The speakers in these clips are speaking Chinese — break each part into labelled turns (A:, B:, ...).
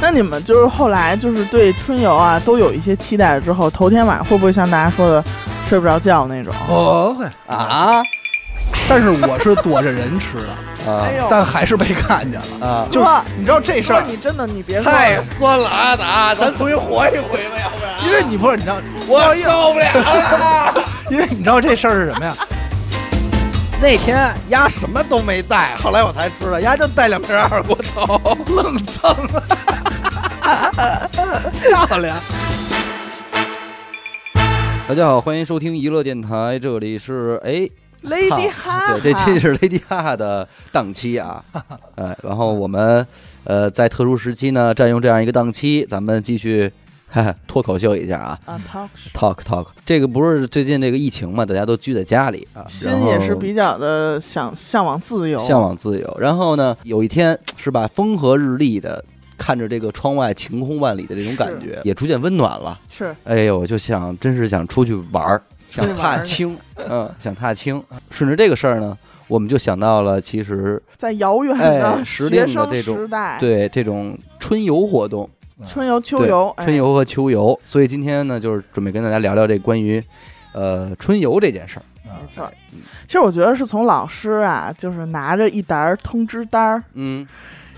A: 那你们就是后来就是对春游啊都有一些期待了之后，头天晚上会不会像大家说的睡不着觉那种？
B: 不会，
C: 啊
B: 但是我是躲着人吃的，
C: 啊
A: 哎呦
B: 但还是被看见了。
C: 啊！
B: 就是
A: 哥
B: 你知道这事
A: 说
B: 儿
A: 你真的你别说，
C: 太酸了，阿达，咱重新活一回吧，要不然
B: 因为你不是你知道，
A: 哎
C: 我受不了了。
B: 因为你知道这事儿是什么呀？
C: 那天丫什么都没带，后来我才知道，丫就带两瓶二锅头，愣蹭，漂亮。
D: 大家好，欢迎收听娱乐电台，这里是哎，
A: Lady
D: 哈
A: 哈
D: 对，这
A: 哈
D: 期是 Lady 哈的档期 啊，哎，然后我们呃在特殊时期呢，占用这样一个档期，咱们继续 哈哈脱口秀一下啊
A: 啊，talk show
D: ，talk talk，这个不是最近这个疫情嘛，大家都居在家里啊，然
A: 心
D: 后
A: 也是比较的想向往自由，
D: 向往自由，然后呢，有一天是吧，风和日丽的。看着这个窗外晴空万里的这种感觉，也逐渐温暖了。
A: 是
D: 哎呦，我就想，真是想出去玩儿，
A: 出去
D: 想
A: 玩儿
D: 踏青，嗯，想踏青。顺着这个事儿呢，我们就想到了，其实
A: 在遥远
D: 哎
A: 的
D: 时令的
A: 学生
D: 这种
A: 时代，
D: 对这种春游活动，
A: 春游、哎秋
D: 对
A: 游、哎
D: 春游和秋游，所以今天呢，就是准备跟大家聊聊这关于呃春游这件事儿。
A: 哎没错儿。其实我觉得是从老师啊，就是拿着一沓儿通知单儿，
D: 嗯，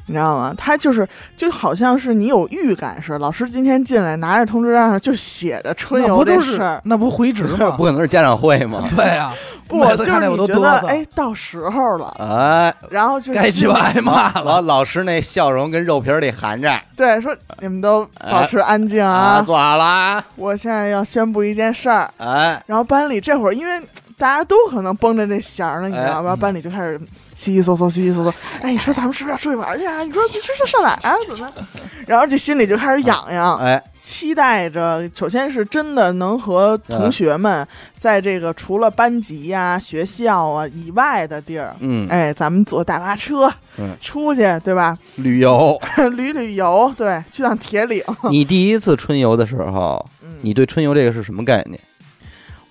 A: 你知道吗？他就是就好像是你有预感似的，老师今天进来拿着通知单上就写着春
B: 那
A: 游
B: 不
A: 这
B: 都
A: 事
B: 是
A: 儿，
B: 那不回执
A: 啊
B: 吗
D: 不？可能是家长会嘛？
B: 对啊，
A: 不
B: 每
A: 就
B: 次
A: 是
B: 看见我
A: 你
B: 都
A: 觉
B: 嘚
A: 得
B: 瑟，
A: 哎到时候了，
D: 哎，
A: 然后就
B: 该鸡
A: 希
B: 巴
A: 望
B: 挨骂了。
D: 老老师那笑容跟肉皮儿里含着
A: 对说你们都
B: 哎
A: 保持安静啊，
D: 做好了啊，
A: 我现在要宣布一件事儿。
D: 哎，
A: 然后班里这会儿因为。大家都可能绷着这弦儿呢，你知道吧？
B: 哎
A: 然后班里就开始稀稀嗦嗦、稀稀嗦嗦。哎，你说咱们是不是要出去玩去啊？你说这这这上哪儿啊？怎么办？ 然后这心里就开始痒痒，
D: 哎，
A: 期待着，首先是真的能和同学
D: 啊
A: 们在这个除了班级呀、学校啊以外的地儿，
D: 嗯，
A: 哎，咱们坐大巴车、
D: 嗯
A: 出去，对吧？
D: 旅游，
A: 旅旅游，对，去趟铁岭。
D: 你第一次春游的时候，
A: 嗯
D: 你对春游这个是什么概念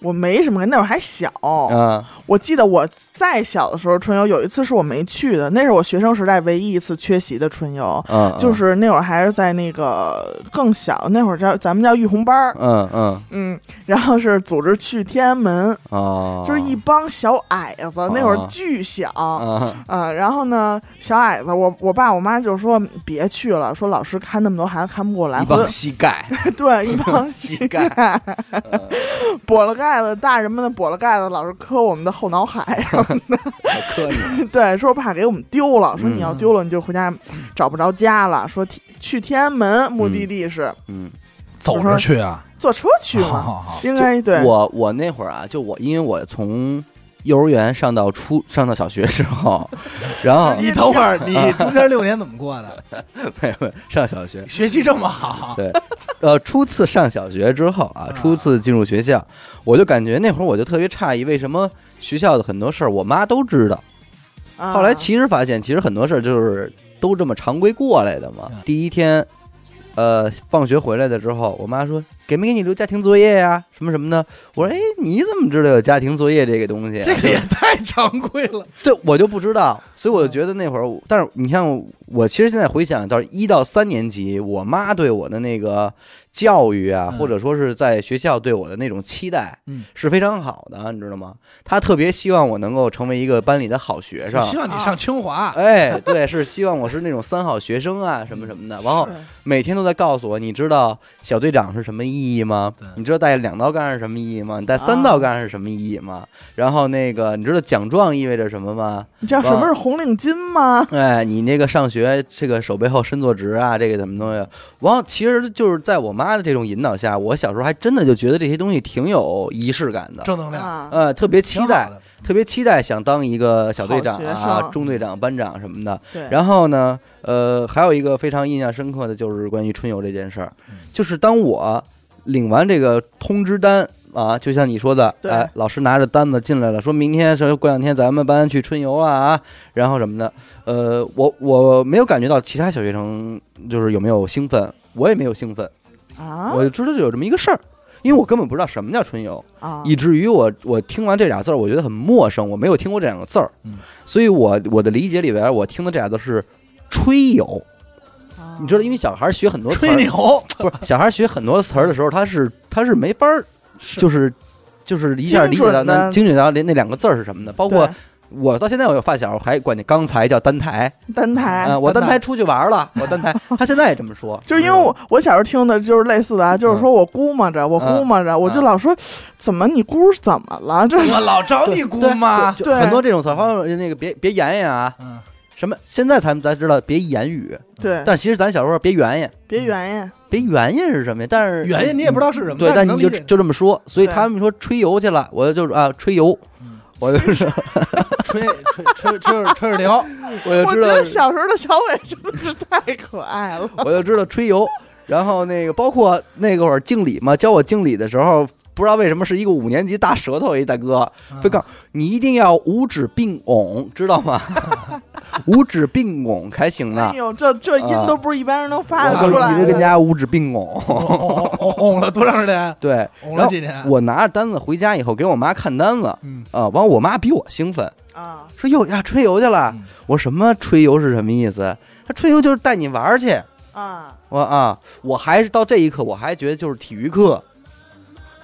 A: 我没什么，那会儿还小。
D: 啊？
A: 我记得我再小的时候，春游有一次是我没去的，那是我学生时代唯一一次缺席的春游。
D: 嗯，
A: 就是那会儿还是在那个更小，那会儿叫咱们叫育红班儿，
D: 嗯嗯
A: 嗯，然后是组织去天安门，
D: 哦，
A: 就是一帮小矮子，那会
D: 哦
A: 儿巨小啊、
D: 啊，
A: 然后呢，小矮子，我我爸我妈就说别去了，说老师看那么多孩子看不过来，
D: 一
A: 回
D: 帮膝盖，
A: 头对一 帮膝
D: 盖
A: 盖跛了盖子，大人们的跛了盖子，老是磕我们的后脑 海， 然后
D: 磕你，
A: 对，说怕给我们丢了，说
D: 嗯
A: 你要丢了你就回家找不着家了，说天去天安门目的地是、
D: 嗯，哦
B: 走着去啊，
A: 坐车去嘛，
B: 好好
A: 应该对，
D: 我我那会儿啊，就我因为我从幼儿园上到初上到小学之后，然后
B: 你等会儿，你中间六年怎么过 的？
D: 没有上小学，
B: 学习这么好，
D: 呃，初次上小学之后
A: 嗯
D: 啊
B: 啊，
D: 初次进入学校，我就感觉那会儿我就特别诧异，为什么学校的很多事儿我妈都知道。
A: 啊
D: 后来其实发现，其实很多事儿就是都这么常规过来的嘛
B: 嗯。
D: 第一天，呃，放学回来的之后，我妈说给没给你留家庭作业呀、什么什么的。我说哎，你怎么知道有家庭作业这个东西 啊？
B: 这个也太常规了。
D: 对，我就不知道，所以我就觉得那会儿
B: 啊
D: 我，但是你看我，我其实现在回想，到一到三年级，我妈对我的那个教育啊，
B: 嗯
D: 或者说是在学校对我的那种期待，
B: 嗯，
D: 是非常好的，你知道吗？她特别希望我能够成为一个班里的好学生
B: 我，希望你上清 华，
D: 哎，对，是希望我是那种三好学生啊，什么什么
B: 嗯
D: 的。然后
A: 是
D: 每天都在告诉我，你知道小队长是什么意义吗
B: 对？
D: 你知道带两道杠是什么意义吗？你带三
A: 啊
D: 道杠是什么意义
B: 啊
D: 吗？然后那个，你知道奖状意味着什么吗？
A: 你知道什么是红领巾吗？
D: 哎，你那个上学这个手背后伸坐直啊，这个什么东西？然后其实就是在我妈的这种引导下，我小时候还真的就觉得这些东西挺有仪式感的，
B: 正能量，
A: 啊，
D: 呃，特别期
B: 挺好
D: 待，
B: 的。
D: 特别期待想当一个小队长
A: 好学
D: 啊、
A: 生
D: 中队长、班长什么的。
A: 对，
D: 然后呢，呃，还有一个非常印象深刻的就是关于春游这件事儿
B: 嗯，
D: 就是当我领完这个通知单啊，就像你说的，
A: 对
D: 哎，老师拿着单子进来了，说明天说过两天咱们班去春游啊啊，然后什么的，呃，我我没有感觉到其他小学生就是有没有兴奋，我也没有兴奋，
A: 啊
D: 我就知道有这么一个事儿。因为我根本不知道什么叫春游，
A: 啊，
D: 以至于我我听完这俩字儿，我觉得很陌生，我没有听过这两个字儿
B: 嗯，
D: 所以我我的理解里边，我听的这俩字是“吹游”，
A: 啊
D: 你知道，因为小孩儿学很多词
B: 吹
D: 儿，
B: 牛，
D: 不是小孩儿学很多词儿的时候，他是他是没法儿，就是就是一下理解到
A: 精准
D: 那
A: 的
D: 精准到连那两个字儿是什么的。
A: 啊
D: 包括我到现在我有发小还管你刚才叫单台，
A: 对单哎台。
D: 嗯，我
B: 单
D: 单
B: 台
D: 台出去玩儿了，我单台，他现在也这么说，
A: 就是因为我我小时候听的就是类似的啊，
D: 嗯
A: 就是说我估摸着，我估摸着，我就老说，怎么你估怎么了？就是
D: 嗯
B: 我老找你姑妈。
D: 就
A: 啊对
D: 很多这种词儿，包括那个别别言言啊，
B: 嗯，
D: 什么现在咱们咱知道别言语，
A: 对，
D: 但其实咱小时候别圆言，
A: 别圆呀，
D: 别圆言是什么呀？但是
B: 原因你也不知道是什么，
D: 对，但
B: 但
D: 你就就这么说，所以他们说吹油去了，我就是啊吹油
B: 嗯，
D: 我就是
B: 吹吹吹吹着吹着 牛，
D: 我
A: 我
D: 就
A: 觉
D: 知
A: 得
D: 道
A: 小时候的小伟真的是太可爱了。
D: 我就知道吹油，然后那个包括那个会儿敬礼嘛，教我敬礼的时候。不知道为什么是一个五年级大舌头一大哥，非告诉你一定要五指并拢，知道吗？ 五指并拢才行呢
A: 哎。呦，这这音
D: 嗯啊
A: 都不是一般人能哎发
D: 我
A: 得
D: 就
A: 出来
D: 一直跟
A: 的。
D: 家五指并拢，
B: 嗯哄了多长时间？
D: 对。
B: 哄
D: 然
B: 了
D: 后
B: 几年？
D: 我拿着单子回家以后给我妈看单子，
B: 嗯，
D: 啊，完我妈比我兴奋，
A: 啊，
D: 说哟呀吹油去了
B: 嗯。
D: 我说什么吹油是什么意思？他吹油就是带你玩儿去。
A: 啊，
D: 我啊，我还是到这一刻我还觉得就是体育课，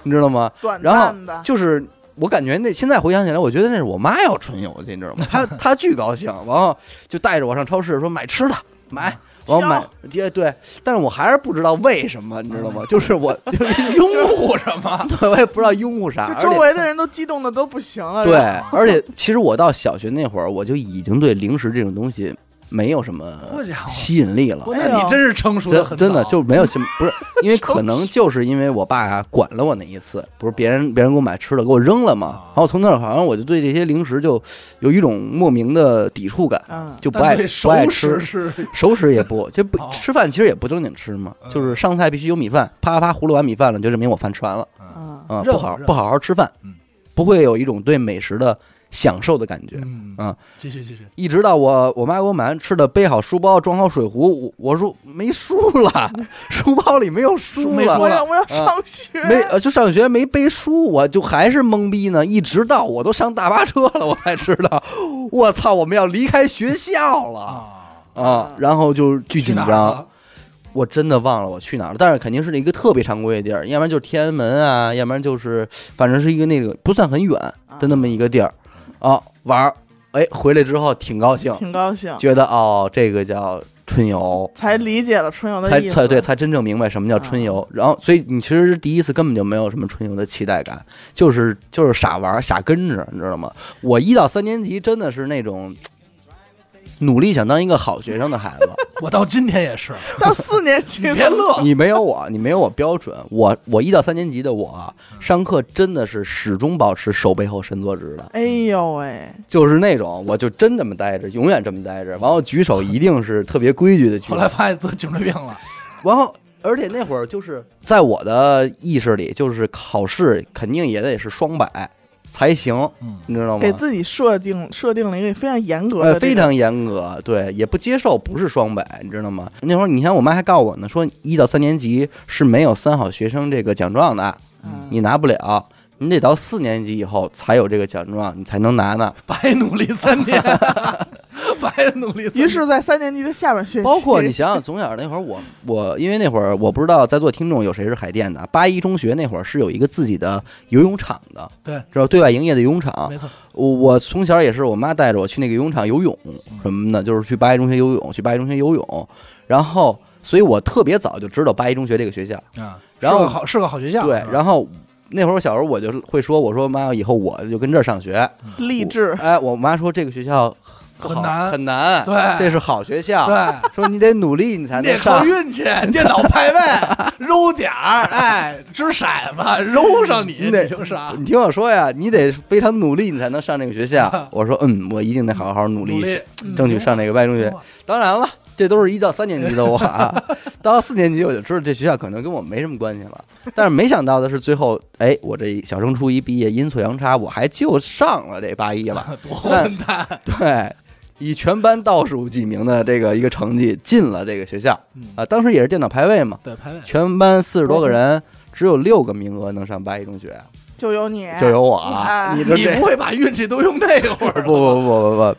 D: 你知道吗？
A: 短
D: 然
A: 暂
D: 后
A: 的，
D: 就是我感觉那现在回想起来，我觉得那是我妈要春游去，你知道吗？ 她她巨高兴，然后就带着我上超市说买吃的买。
B: 嗯
D: 然后买，对对，但是我还是不知道为什么，你知道吗？就是 我就是拥
B: 拥护什么？
D: 护，我也不知道拥护啥，
A: 就
D: 而
A: 周
D: 且
A: 围的人都激动的都不行了。
D: 嗯对
A: 是吧，
D: 而且其实我到小学那会儿，我就已经对零食这种东西没有什么
B: 好家伙，
D: 吸引力了。
B: 那你真是成熟的很
D: 啊真
B: 早，
D: 真的就 没有什么，不是因为可能就是因为我爸管了我那一次，不是别人别人给我买吃的给我扔了嘛，
B: 啊
D: 然后从那儿好像我就对这些零食就有一种莫名的抵触感，
A: 嗯，
D: 就不
B: 但
D: 爱
B: 对
D: 不爱
B: 熟食
D: 吃，
B: 是
D: 熟食也不就不
B: 哦
D: 吃饭，其实也不正经吃嘛，
B: 嗯
D: 就是上菜必须有米饭，啪啪葫芦完米饭了，就证明我饭传了。
A: 啊，
D: 啊，
B: 热
D: 不
B: 乎
D: 好
B: 热
D: 不好好吃饭
B: 嗯，
D: 不会有一种对美食的享受的感觉。
B: 嗯
D: 啊，
B: 继续继续，
D: 一直到我我妈给我买完吃的，背好书包，装好水壶，我我说没书了， 书包里没有
B: 书
D: 书
B: 没
D: 了
B: 书。
A: 我要我要
D: 啊
A: 上学，
D: 没呃，就上学没背书，我就还是懵逼呢。一直到我都上大巴车了，我才知道，我操，我们要离开学校了
B: 啊，
D: 啊！然后就巨
B: 去
D: 紧
B: 哪儿
D: 张，
B: 了
D: 我真的忘了我去哪儿了，但是肯定是一个特别常规的地儿，要不然就是天安门啊，要不然就是反正是一个那个不算很远的那么一个地儿啊玩儿。哎，回来之后挺高兴，
A: 挺高兴，
D: 觉得哦，这个叫春游，
A: 才理解了春游的
D: 才
A: 意思。啊
D: 才对，才真正明白什么叫春游。然后，所以你其实第一次根本就没有什么春游的期待感，就是就是傻玩儿傻跟着，你知道吗？我一到三年级真的是那种努力想当一个好学生的孩子。
B: 我到今天也 是，
A: 到四年级
B: 你别 乐，
D: 你没有我，你没有我标准。我我一到三年级的我，上课真的是始终保持手背后伸坐直的，
A: 哎呦喂，
D: 就是那种我就真这么待着，永远这么待着。然后举手一定是特别规矩的举
B: 后
D: 手，
B: 来发现得颈椎病 了，
D: 然后。而且那会儿就是在我的意识里，就是考试肯定也得是双百才行，
B: 嗯
D: 你知道吗？
A: 给自己设定设定了一个非常 严格的
D: 呃，
A: 这个，
D: 非常严格，对，也不接受不是双百，你知道吗？那会儿你像我妈还告诉我呢，说一到三年级是没有三好学生这个奖状的，
A: 嗯
D: 你拿不了，你得到四年级以后才有这个奖状，你才能拿 呢。
B: 白努力三 年，白努力三年，
A: 于是，在三年级的下半学期，
D: 包括你想想，从小那会儿我我，因为那会儿我不知道在座听众有谁是海淀的，八一中学那会儿是有一个自己的游泳场的，
B: 对，
D: 知道对外营业的游泳场。
B: 没错，
D: 我我从小也是我妈带着我去那个游泳场游泳
B: 嗯
D: 什么的，就是去八一中学游泳，去八一中学游泳，然后所以我特别早就知道八一中学这个学校。
B: 啊，
D: 然后
B: 是个好是个好学校，
D: 对
B: 是，吧
D: 然后那会儿我小时候我就会说，我说妈，以后我就跟这儿上学。
A: 励志，
D: 哎，我妈说这个学校好
B: 嗯很难
D: 很难，
B: 对
D: 这是好学校，
B: 对。
D: 说你得努力你才能
B: 练靠
D: 上。
B: 运 气，电脑排位，揉点儿，哎，掷骰子，揉上你，
D: 得
B: 你就啊上。
D: 你听我说呀，你得非常努力，你才能上这个学校。我说，嗯，我一定得好好努
B: 啊努力
D: 力，争取上这个外中学。当然了，这都是一到三年级的我啊， 到四年级我就知道这学校可能跟我没什么关系了。但是没想到的是，最后，哎，我这小升初一毕业，阴错阳差，我还就上了这八一 了。
B: 多混蛋！
D: 对，以全班倒数几名的这个一个成绩进了这个学校
B: 嗯
D: 啊，当时也是电脑排位嘛，
B: 对，排位
D: 全班四十多个人，只有六个名额能上八一中学，
A: 就有你，
D: 就有我
A: 啊
D: 啊，你这
B: 你
D: 这
B: 不会把运气都用那会
D: 不
B: 儿
D: 不不不不不，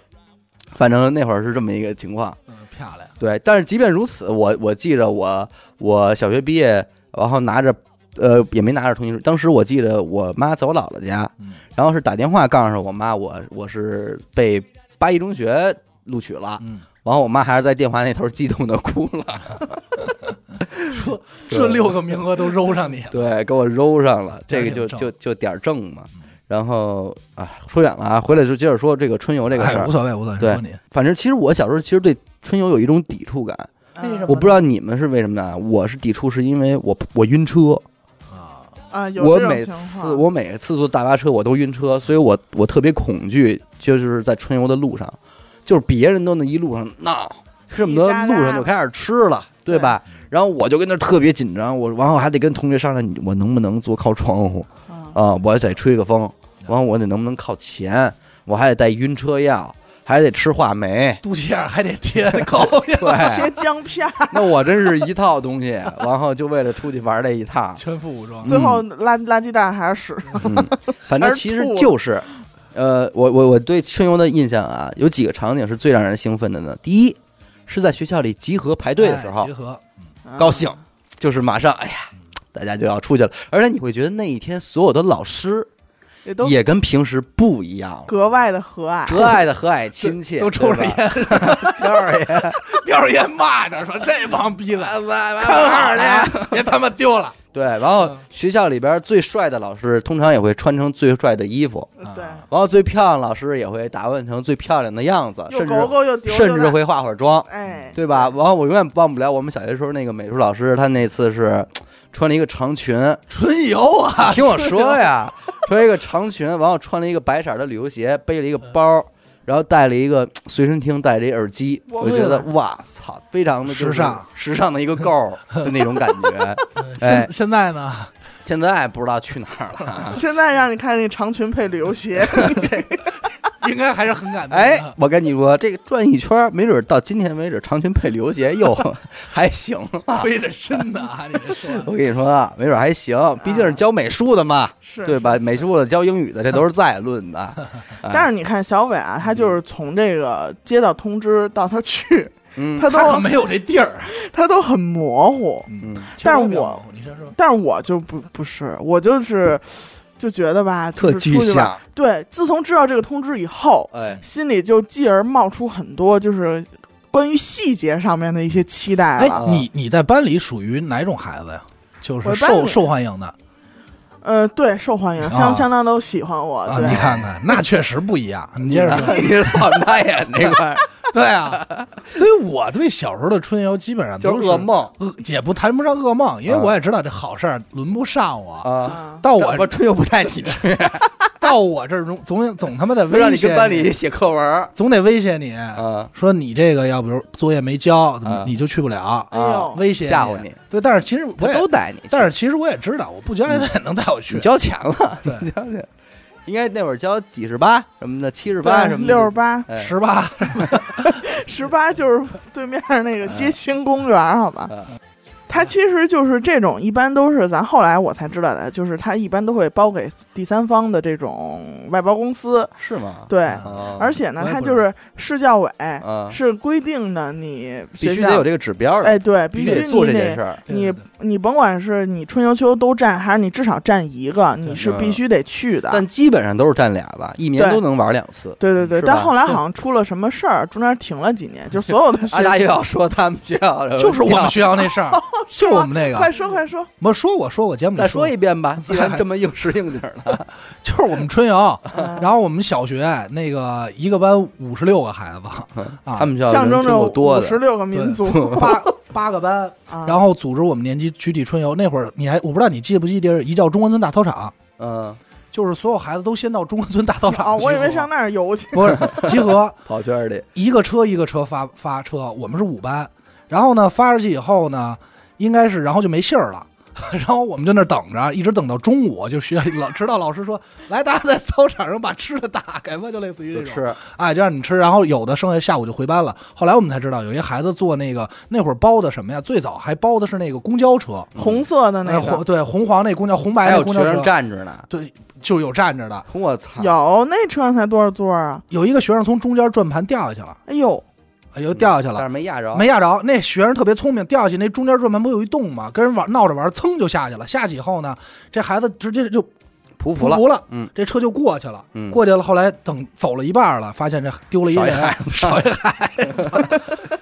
D: 反正那会儿是这么一个情况。
B: 嗯，漂亮，
D: 对，但是即便如此，我我记着我我小学毕业，然后拿着呃也没拿着通勤书，当时我记着我妈在我姥姥家，
B: 嗯
D: 然后是打电话告诉我妈我我是被八一中学录取了，
B: 嗯，
D: 然后我妈还是在电话那头激动的哭了，
B: 说
D: 对
B: 这六个名额都揉上你了，
D: 对，给我揉上了，这个
B: 点
D: 就
B: 儿正
D: 就就点儿正嘛。
B: 嗯
D: 然后啊，说远了啊，回来就接着说这个春游这个事
B: 哎
D: 儿
B: 无。所谓，无所谓，
D: 对
B: 说你
D: 反正其实我小时候其实对春游有一种抵触感，
A: 为什
D: 我不知道你们是为什么的，我是抵触是因为我我晕车。
B: 啊，，
A: 啊，有
D: 我
A: 这种
D: 每
A: 情
D: 次
A: 况
D: 我每次坐大巴车我都晕车，所以我我特别恐惧，就是在春游的路上，就是别人都那一路上闹，这么多
A: 叽叽喳喳
D: 路上就开始吃了，对吧？然后我就跟那儿特别紧张，我然后还得跟同学商量，你我能不能坐靠窗户
A: 啊
D: 啊？我得吹个风，完后我得能不能靠前，我还得带晕车药，还得吃话梅
B: 肚脐眼儿还得贴 口
A: 贴
B: 音，
D: 对，
A: 姜片 儿，
D: 那我真是一套东西，然后就为了出去玩儿这一趟，
B: 全副武装，
A: 最后垃垃圾袋还是屎。
D: 嗯， 反正其实就是，呃，我我我对春游的印象啊，有几个场景是最让人兴奋的呢。第一是在学校里集合排队的时
B: 哎
D: 候
B: 集，合，嗯
D: 高兴，就是马上，哎呀，大家就要出去了，而且你会觉得那一天所有的老师
A: 也都
D: 也跟平时不一样了。
A: 格外的和蔼。
D: 和蔼的和蔼亲切，
B: 都抽着
D: 对吧，
B: 烟，
D: 叼着烟，
B: 叼着烟骂着说这帮逼崽子，
D: 看
B: 看号去， 别他妈丢了，
D: 对。然后
B: 嗯
D: 学校里边最帅的老师，通常也会穿成最帅的衣服，
A: 对，
D: 然后最漂亮的老师也会打扮成最漂亮的样子，
A: 又
D: 甚至
A: 狗狗又丢，
D: 甚
A: 又
D: 至
A: 烂
D: 会化会儿妆。
A: 哎，
D: 对吧？然后我永远忘不了我们小学时候那个美术老师，他那次是穿了一个长裙，
B: 春游啊，
D: 听我说呀，穿了一个长裙，然后穿了一个白色的旅游鞋，背了一个包，然后带了一个随身听，带着一耳机，
A: 我
D: 我觉得哇操，非常的就
B: 时
D: 是
B: 尚
D: 时尚的一个够儿的那种感觉。哎
B: 现，现在呢，
D: 现在不知道去哪儿了。
A: 现在让你看那长裙配旅游 鞋，
B: 应该还是很感动的。
D: 哎，我跟你说，这个转一圈儿，没准儿到今天为止，长裙配旅游鞋又 还行了。
B: 推着身呢啊，你这说
D: 我跟你说啊，没准儿还行，毕竟是教美术的嘛。
A: 是
D: 对？吧？美术的教英语的，这都是在论的。啊
A: 但是你看小伟啊，他就是从这个接到通知到他去，
D: 嗯
A: 他都
B: 他可没有这地儿。
A: 他都很模糊。
D: 嗯，
A: 但是
B: 千万不要
A: 我
B: 你先说，
A: 但是我就不不是，我就是就觉得吧，
D: 特
A: 就是
D: 具
A: 出去吧。
D: 象。
A: 对，自从知道这个通知以后，
D: 哎，
A: 心里就继而冒出很多就是关于细节上面的一些期待
B: 哎
A: 了。，
B: 你你在班里属于哪种孩子呀？就是
A: 我班
B: 受
A: 里
B: 受欢迎的
A: 呃，对，受欢迎，
B: 啊
A: 相相当都喜欢我。
B: 啊，
A: 对，
B: 你看看，那确实不一样。你接着 说，
D: 你是扫大眼那块儿，
B: 对 啊，所以我对小时候的春游基本上
D: 就
B: 都
D: 是噩梦
B: 噩也不谈不上噩梦，因为
D: 啊
B: 我也知道这好事儿轮不上我。
D: 啊。
A: 啊，
B: 到
D: 我
B: 我
D: 春游不带你去，
B: 到我这儿总总总他妈的
D: 不
B: 威胁
D: 让你跟班里写课文儿
B: 总得威胁你，
D: 啊
B: 说你这个要比如作业没交，怎
D: 啊
B: 么你就去不了，
A: 哎呦
D: 啊，
B: 威胁
D: 吓唬你。
B: 对，但是其实我
D: 他
B: 也
D: 都带你去，
B: 但是其实我也知道，我不交现在也能带我
D: 你
B: 去。
D: 交钱了，
B: 对
D: 你交钱，应该那会儿交几十八什么的，七十八什么的，
A: 六十八，
D: 哎
B: 十 八，
A: 十八就是对面那个街心公园，好吧？
D: 啊
A: 它其实就是这种，一般都是咱后来我才知道的，就是它一般都会包给第三方的这种外包公司。
D: 是吗？
A: 对，
D: 啊，
A: 而且呢
B: 我，也
A: 它
B: 不
A: 就
B: 知
A: 是市教委
D: 啊，
A: 是规定的，你
D: 必
A: 学
D: 须得有
A: 校
D: 这个指标的，
A: 哎，对，必
D: 必
A: 须
D: 须得
A: 你
D: 做这件事
A: 得。啊
D: 儿。
A: 你你甭管是你春游秋都占，还是你至少占一个，你是必须得去的。
D: 嗯但基本上都是占俩吧，一年
A: 对
D: 都能玩两次。
A: 对对对，
D: 是吧
A: 但后来好像出了什么事儿，中间停了几年，就所有 的
D: 阿
A: 学
D: 达又要说他啊们学校 的，
B: 就是我们学校那事儿，就是我们那
A: 快
B: 个，
A: 说快说，
B: 我说我说我节目里
D: 再说
B: 一，
D: 一遍吧，既然这么应时应景了，
B: 就是我们春 游，
D: 啊
A: 嗯
B: 然后我们小学那个一个班五十六个孩子啊，
D: 嗯他们学校
A: 象征
D: 人真
A: 着
D: 够多
A: 五十
D: 的，
A: 六个民族。
B: 八八个班，
A: 啊
B: 然后组织我们年级集体春游。那会儿你还我不知道你记不记得一叫中关村大操场，
D: 嗯，
B: 就是所有孩子都先到中关村大操场
A: 哦，我以为
B: 集合
A: 上那儿游
D: 嗯
A: 去。
B: 不是集合，
D: 跑圈儿里，
B: 一个车一个车发发车，我们是五班，然后呢发出去以后呢，应该是然后就没信儿了。 然后我们就那儿等着，一直等到中午，就学校里老直到老师说来，大家在操场上把吃的打开吧，就类似于这
D: 就
B: 种。
D: 吃
B: 哎，就让你吃，然后有的剩下下午就回班了。后来我们才知道，有一孩子坐那个那会儿包的什么呀？最早还包的是那个公交车，
A: 红色的那
B: 哎
A: 个
B: 红对红黄那公交，红白
D: 嗯还
B: 那
D: 有
B: 公
D: 学
B: 交
D: 生
B: 车。
D: 站着呢，
B: 对，就有站着的。
D: 我操，
A: 有那车上才多少座啊？
B: 有一个学生从中间转盘掉下去了，
A: 哎呦，
B: 哎呦掉下去
D: 但
B: 了，
D: 嗯是没压着，
B: 没压着。那学生特别聪明，掉下去那中间转盘不有一洞吗？跟人玩闹着玩，噌就下去了。下去以后呢，这孩子直接就
D: 匍
B: 匍
D: 匐了，
B: 匐了，
D: 嗯，
B: 这车就过去了。
D: 嗯，
B: 过去了，后来等走了一半了，发现这丢了一
D: 少一
B: 人， 少一孩子，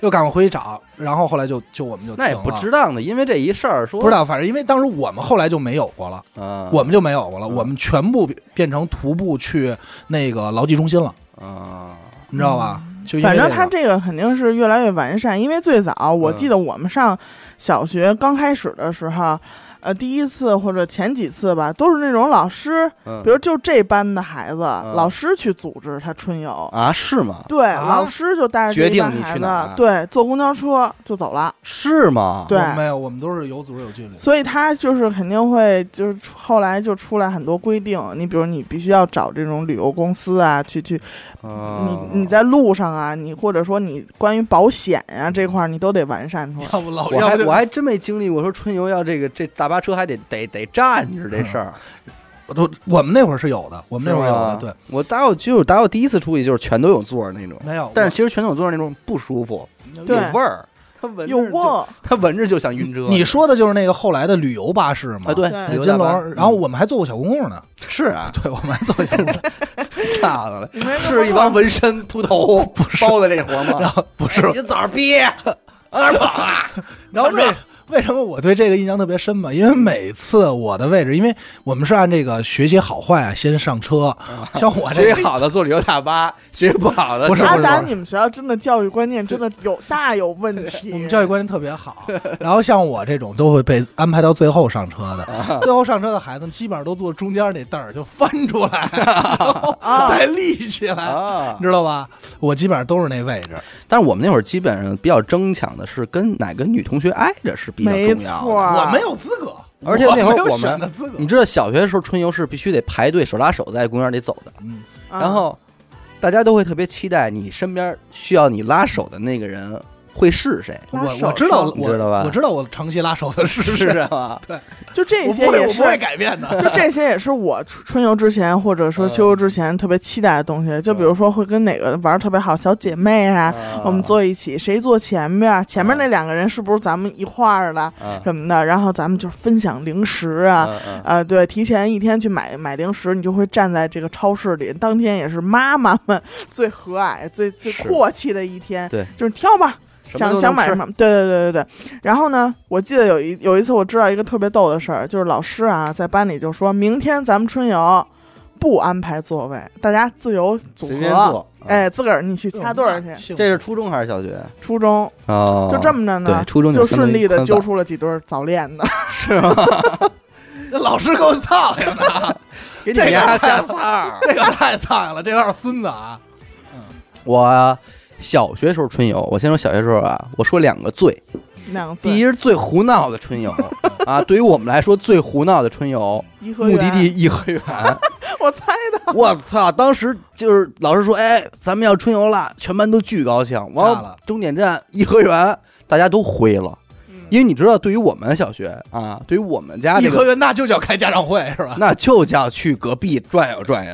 B: 又赶快回去找，然后后来就就我们就
D: 那也
B: 停
D: 不
B: 了
D: 值当的，因为这一事儿说
B: 不知，道，反正因为当时我们后来就没有过了，
D: 嗯，
B: 我们就没有过了，
D: 嗯
B: 我们全部变成徒步去那个劳技中心了，
D: 啊，
B: 你知道吧？就因为
A: 反正
B: 这
A: 它
B: 个
A: 这个肯定是越来越完善，因为最早我
D: 嗯
A: 记得我们上小学刚开始的时候，呃，第一次或者前几次吧，都是那种老师，
D: 嗯
A: 比如就这班的孩子，
D: 嗯
A: 老师去组织他春游。
D: 啊是吗？
A: 对，
B: 啊
A: 老师就带着这一班
D: 决定你
A: 孩
D: 去
A: 子
D: 哪儿，啊
A: 对，坐公交车就走了。
D: 是吗？
A: 对
B: 我们没有，我们都是有组织有纪
D: 嗯
B: 律。
A: 所以他就是肯定会，就是出后来就出来很多规定，你比如你必须要找这种旅游公司啊，去去，
D: 啊
A: 你你在路上啊，你或者说你关于保险啊这块儿，你都得完善出来。
B: 要不老
D: 我
B: 哦要
D: 还
B: 不就
D: 我还真没经历过说春游要这个这大巴车还得得得站着这事儿，
B: 我都我们那会儿是有的，我
D: 我
B: 嗯们那会儿有的，对，，
D: 我打我就是打我第一次出去就是全都有座儿那种，
B: 没有。
D: 但是其实全都有座儿那种不舒服，
B: 我
D: 有
A: 对
D: 味儿，它闻着
A: 有
D: 就
A: 过，
D: 它闻着就想晕车。
B: 你说的就是那个后来的旅游巴士嘛？
D: 啊，对，
A: 对
B: 那
D: 有
B: 金
D: 大巴
B: 龙，然后我们还做过小公共呢。
D: 是啊，
B: 对，我们还做过小公共，
D: 吓死了，
A: 你没
D: 是一帮纹身 秃头包的这活吗？
B: 然后不是
D: 哎，你早上逼，往哪儿跑啊？
B: 然后为为什么我对这个印象特别深嘛？因为每次我的位置，因为我们是按这个学习好坏啊先上车，像我这
D: 啊学
B: 个
D: 习好的坐旅游大巴，学习不好的
B: 不是
A: 阿
B: 不是
A: 达，你们学校真的教育观念真的有大有问题。
B: 我们教育观念特别好， 然后像我这种都会被安排到最后上车
D: 啊
B: 的，最后上车的孩子基本上都坐中间那凳儿就翻出 来，
A: 啊
B: 再立起来，
D: 啊
B: 你。知道吧？我基本上都是那位置，
D: 但是我们那会儿基本上比较争抢的是跟哪个女同学挨着是比较
A: 没
D: 重要
A: 错
D: 的。
A: 儿，
B: 我没有资格，
D: 而且那
B: 我
D: 会儿
B: 没
D: 我
B: 有
D: 们
B: 选的资格
D: 你，知道小学的时候春游是必须得排队手拉手在公园里走的，
B: 嗯，
A: 啊，
D: 然后大家都会特别期待你身边需要你拉手的那个人会是谁，
A: 拉
B: 我
A: 手
B: 我知道
A: 上
D: 你知道吧
B: 我我知道我长期拉手的是
D: 是
B: 谁，
D: 啊这样吗？
A: 就这
B: 我
A: 些
B: 不会
A: 也
B: 我
A: 是
B: 不，会改变的。
A: 就这些也是我春春游之前或者说
D: 嗯
A: 秋游之前特别期待的东西。就比
B: 嗯
A: 如说会跟哪个玩儿特别好小姐妹啊，我们坐一起，谁坐前面儿，前面
B: 嗯
A: 那两个人是不是咱们一块儿的
D: 啊
A: 什么的？然后咱们就分享零食
D: 啊
A: 啊。
D: 啊
A: 啊，对，提前一天去买买零食，你就会站在这个超市里。当天也是妈妈们 最和蔼、最最
D: 是
A: 阔气的一天，
D: 对，
A: 就是挑吧，
D: 什么
A: 想
D: 都能
A: 想买
D: 吃
A: 什么？对对对对对。然后呢，我记得有一有一次我知道一个特别逗的事儿，就是老师啊在班里就说明天咱们春游不安排座位，大家自由组
D: 随便
A: 合，
D: 坐，啊，
A: 哎，自个儿你去掐队儿 去。
B: 去
D: 这是初中还是小学？
A: 初中
D: 哦，
A: 就这么着呢
D: 对，，初中
A: 就顺利的揪
D: 揪
A: 出了几对儿早恋的。
B: 老师够操心的，
D: 给
B: 这
D: 你
B: 个
D: 压下套儿。
B: 这个太操心了，这有点孙子啊！
D: 我小学时候春游，我先说小学时候啊，我说两个最，
A: 两个字，
D: 第一是最胡闹的 春游啊，对于我们来说最胡闹的春游，
A: 颐和
D: 目
A: 园
D: 的地，颐和园。
A: 我猜的。
D: 我操！当时就是老师说，哎，咱们要春游了，全班都巨高兴。完
B: 炸
D: 了
B: 了，
D: 终点站颐和园，大家都灰了，因为你知道，对于我们小学啊，对于我们家
B: 颐
D: 这个
B: 和园那就叫开家长会是吧？
D: 那就叫去隔壁转悠转悠。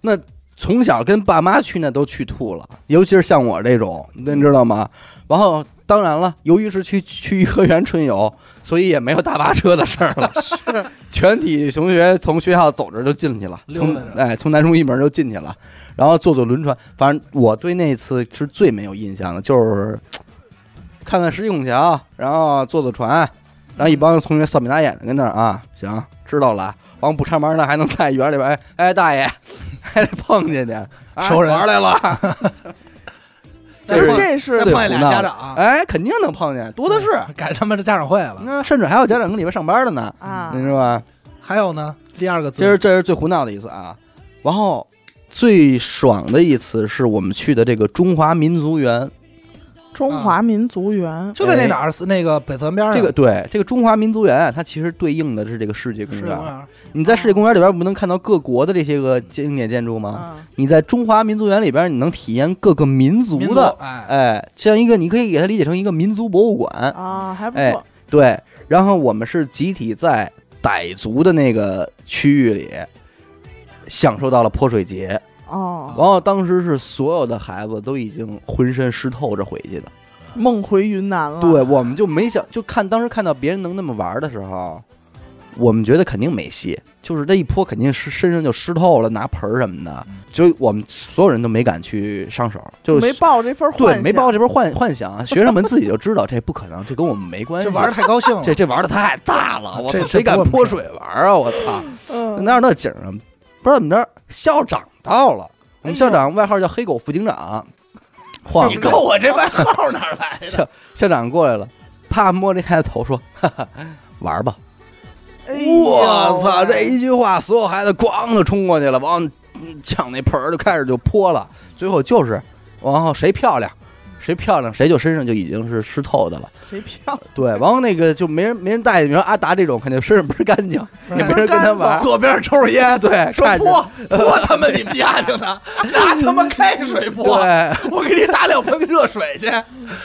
D: 那从小跟爸妈去那都去吐了，尤其是像我这种，您知道吗？然后当然了，由于是去去颐和园春游，所以也没有大巴车的事儿了。是，全体同学从学校走着就进去了，从
B: 溜达着
D: 哎从南中一门就进去了，然后坐坐轮船。反正我对那次是最没有印象的，就是看看十里孔桥，然后坐坐船，然后一帮同学扫眉打眼的跟那儿啊，行，知道了。啊完不上班呢，还能在园里边哎 哎大爷，还得碰见点啊
B: 熟人
D: 玩儿来 了，
B: 但是
D: 这是
A: 这是
B: 再
D: 最
B: 碰见
D: 胡
B: 俩
D: 闹
B: 家
D: 的
B: 长
D: 哎，肯定能碰见，多的是。 嗯
B: 赶上他妈这家长会了。
D: 那甚至还有家长跟里边上班的呢，
A: 啊
D: 你，知道吧？
B: 还有呢，第二个字
D: 这是这是最胡闹的一次啊。然后最爽的一次是我们去的这个中华民族园，
A: 中华民族园，
B: 就在
D: 哎
B: 那哪儿，啊那个北侧边上
D: 这个对这个中华民族园啊，它其实对应的是啊这个世界公
B: 世界公
D: 园。
B: 园，
D: 你在世界公园里边不能看到各国的这些个经典建筑吗？
A: 嗯，
D: 你在中华民族园里边，你能体验各个民族
B: 民族
D: 的
B: 哎，
D: 哎，像一个你可以给它理解成一个民族博物馆，
A: 啊，还不
D: 哎
A: 错，
D: 对。然后我们是集体在傣族的那个区域里，享受到了泼水节。然
B: 啊
A: 哦，
D: 后当时是所有的孩子都已经浑身湿透着回去的。
A: 梦回云南
B: 啊
A: 了。
D: 对，我们就没想，就看当时看到别人能那么玩的时候，我们觉得肯定没戏，就是这一泼肯定是身上就湿透了，拿盆儿什么的
B: 嗯，
D: 就我们所有人都没敢去上手，就
A: 没抱这份幻
D: 对
A: 想，
D: 没抱这边幻幻想，啊学生们自己就知道 这不可能，哎这跟我们没关系
B: 这。玩的太高兴了，
D: 这这玩的太大了，我
B: 这
D: 操！
B: 这
D: 谁敢
B: 不我们
D: 泼水玩啊？我操！
A: 嗯，
D: 哪有那景儿啊？不知道怎么着，校长到了，我
A: 哎
D: 们
A: 呦
D: 校长外号叫黑狗副警长，晃
B: 你跟我这外号哪儿来的？
D: 校校长过来了，啪摸这孩子头说：“哈哈，玩吧！”
A: 哎呦哎
D: 我操，
A: 喂
D: 这一句话，所有孩子咣就冲过去了，往嗯抢那盆儿就开始就泼了，最后就是，然后谁漂亮，谁漂亮谁就身上就已经是湿透的了。
A: 谁漂亮？
D: 对，然后那个就没人没人带，你说阿达这种肯定身上不是干净，也没人跟他玩。
B: 左边抽着烟，
D: 对，
B: 说
D: 看着
B: 泼泼他们你们家去 呢，拿他妈开水泼，
D: 对，
B: 我给你打两盆热水去。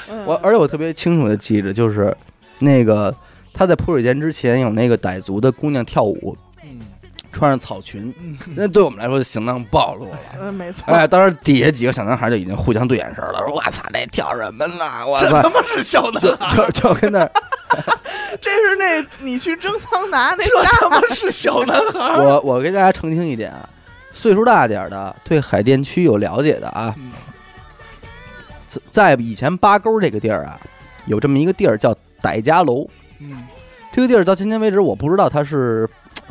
A: 嗯
D: 我而且我特别清楚的记着，就是那个他在泼水节之前有那个傣族的姑娘跳舞，穿上草裙，那对我们来说就相当暴露 了。
A: 嗯，没错，
D: 哎，当时底下几个小男孩就已经互相对眼神了，说：“我操，这跳什么呢？我
B: 这他
D: 操
B: 妈是小男孩，！”
D: 就就跟那儿，
A: 这是那你去蒸桑拿那
B: 这他妈是小男孩。
D: 我我跟大家澄清一点啊，岁数大点儿的，对海淀区有了解的啊
B: 嗯，
D: 在在以前八沟这个地儿啊，有这么一个地儿叫傣家楼，
B: 嗯，
D: 这个地儿到今天为止，我不知道它是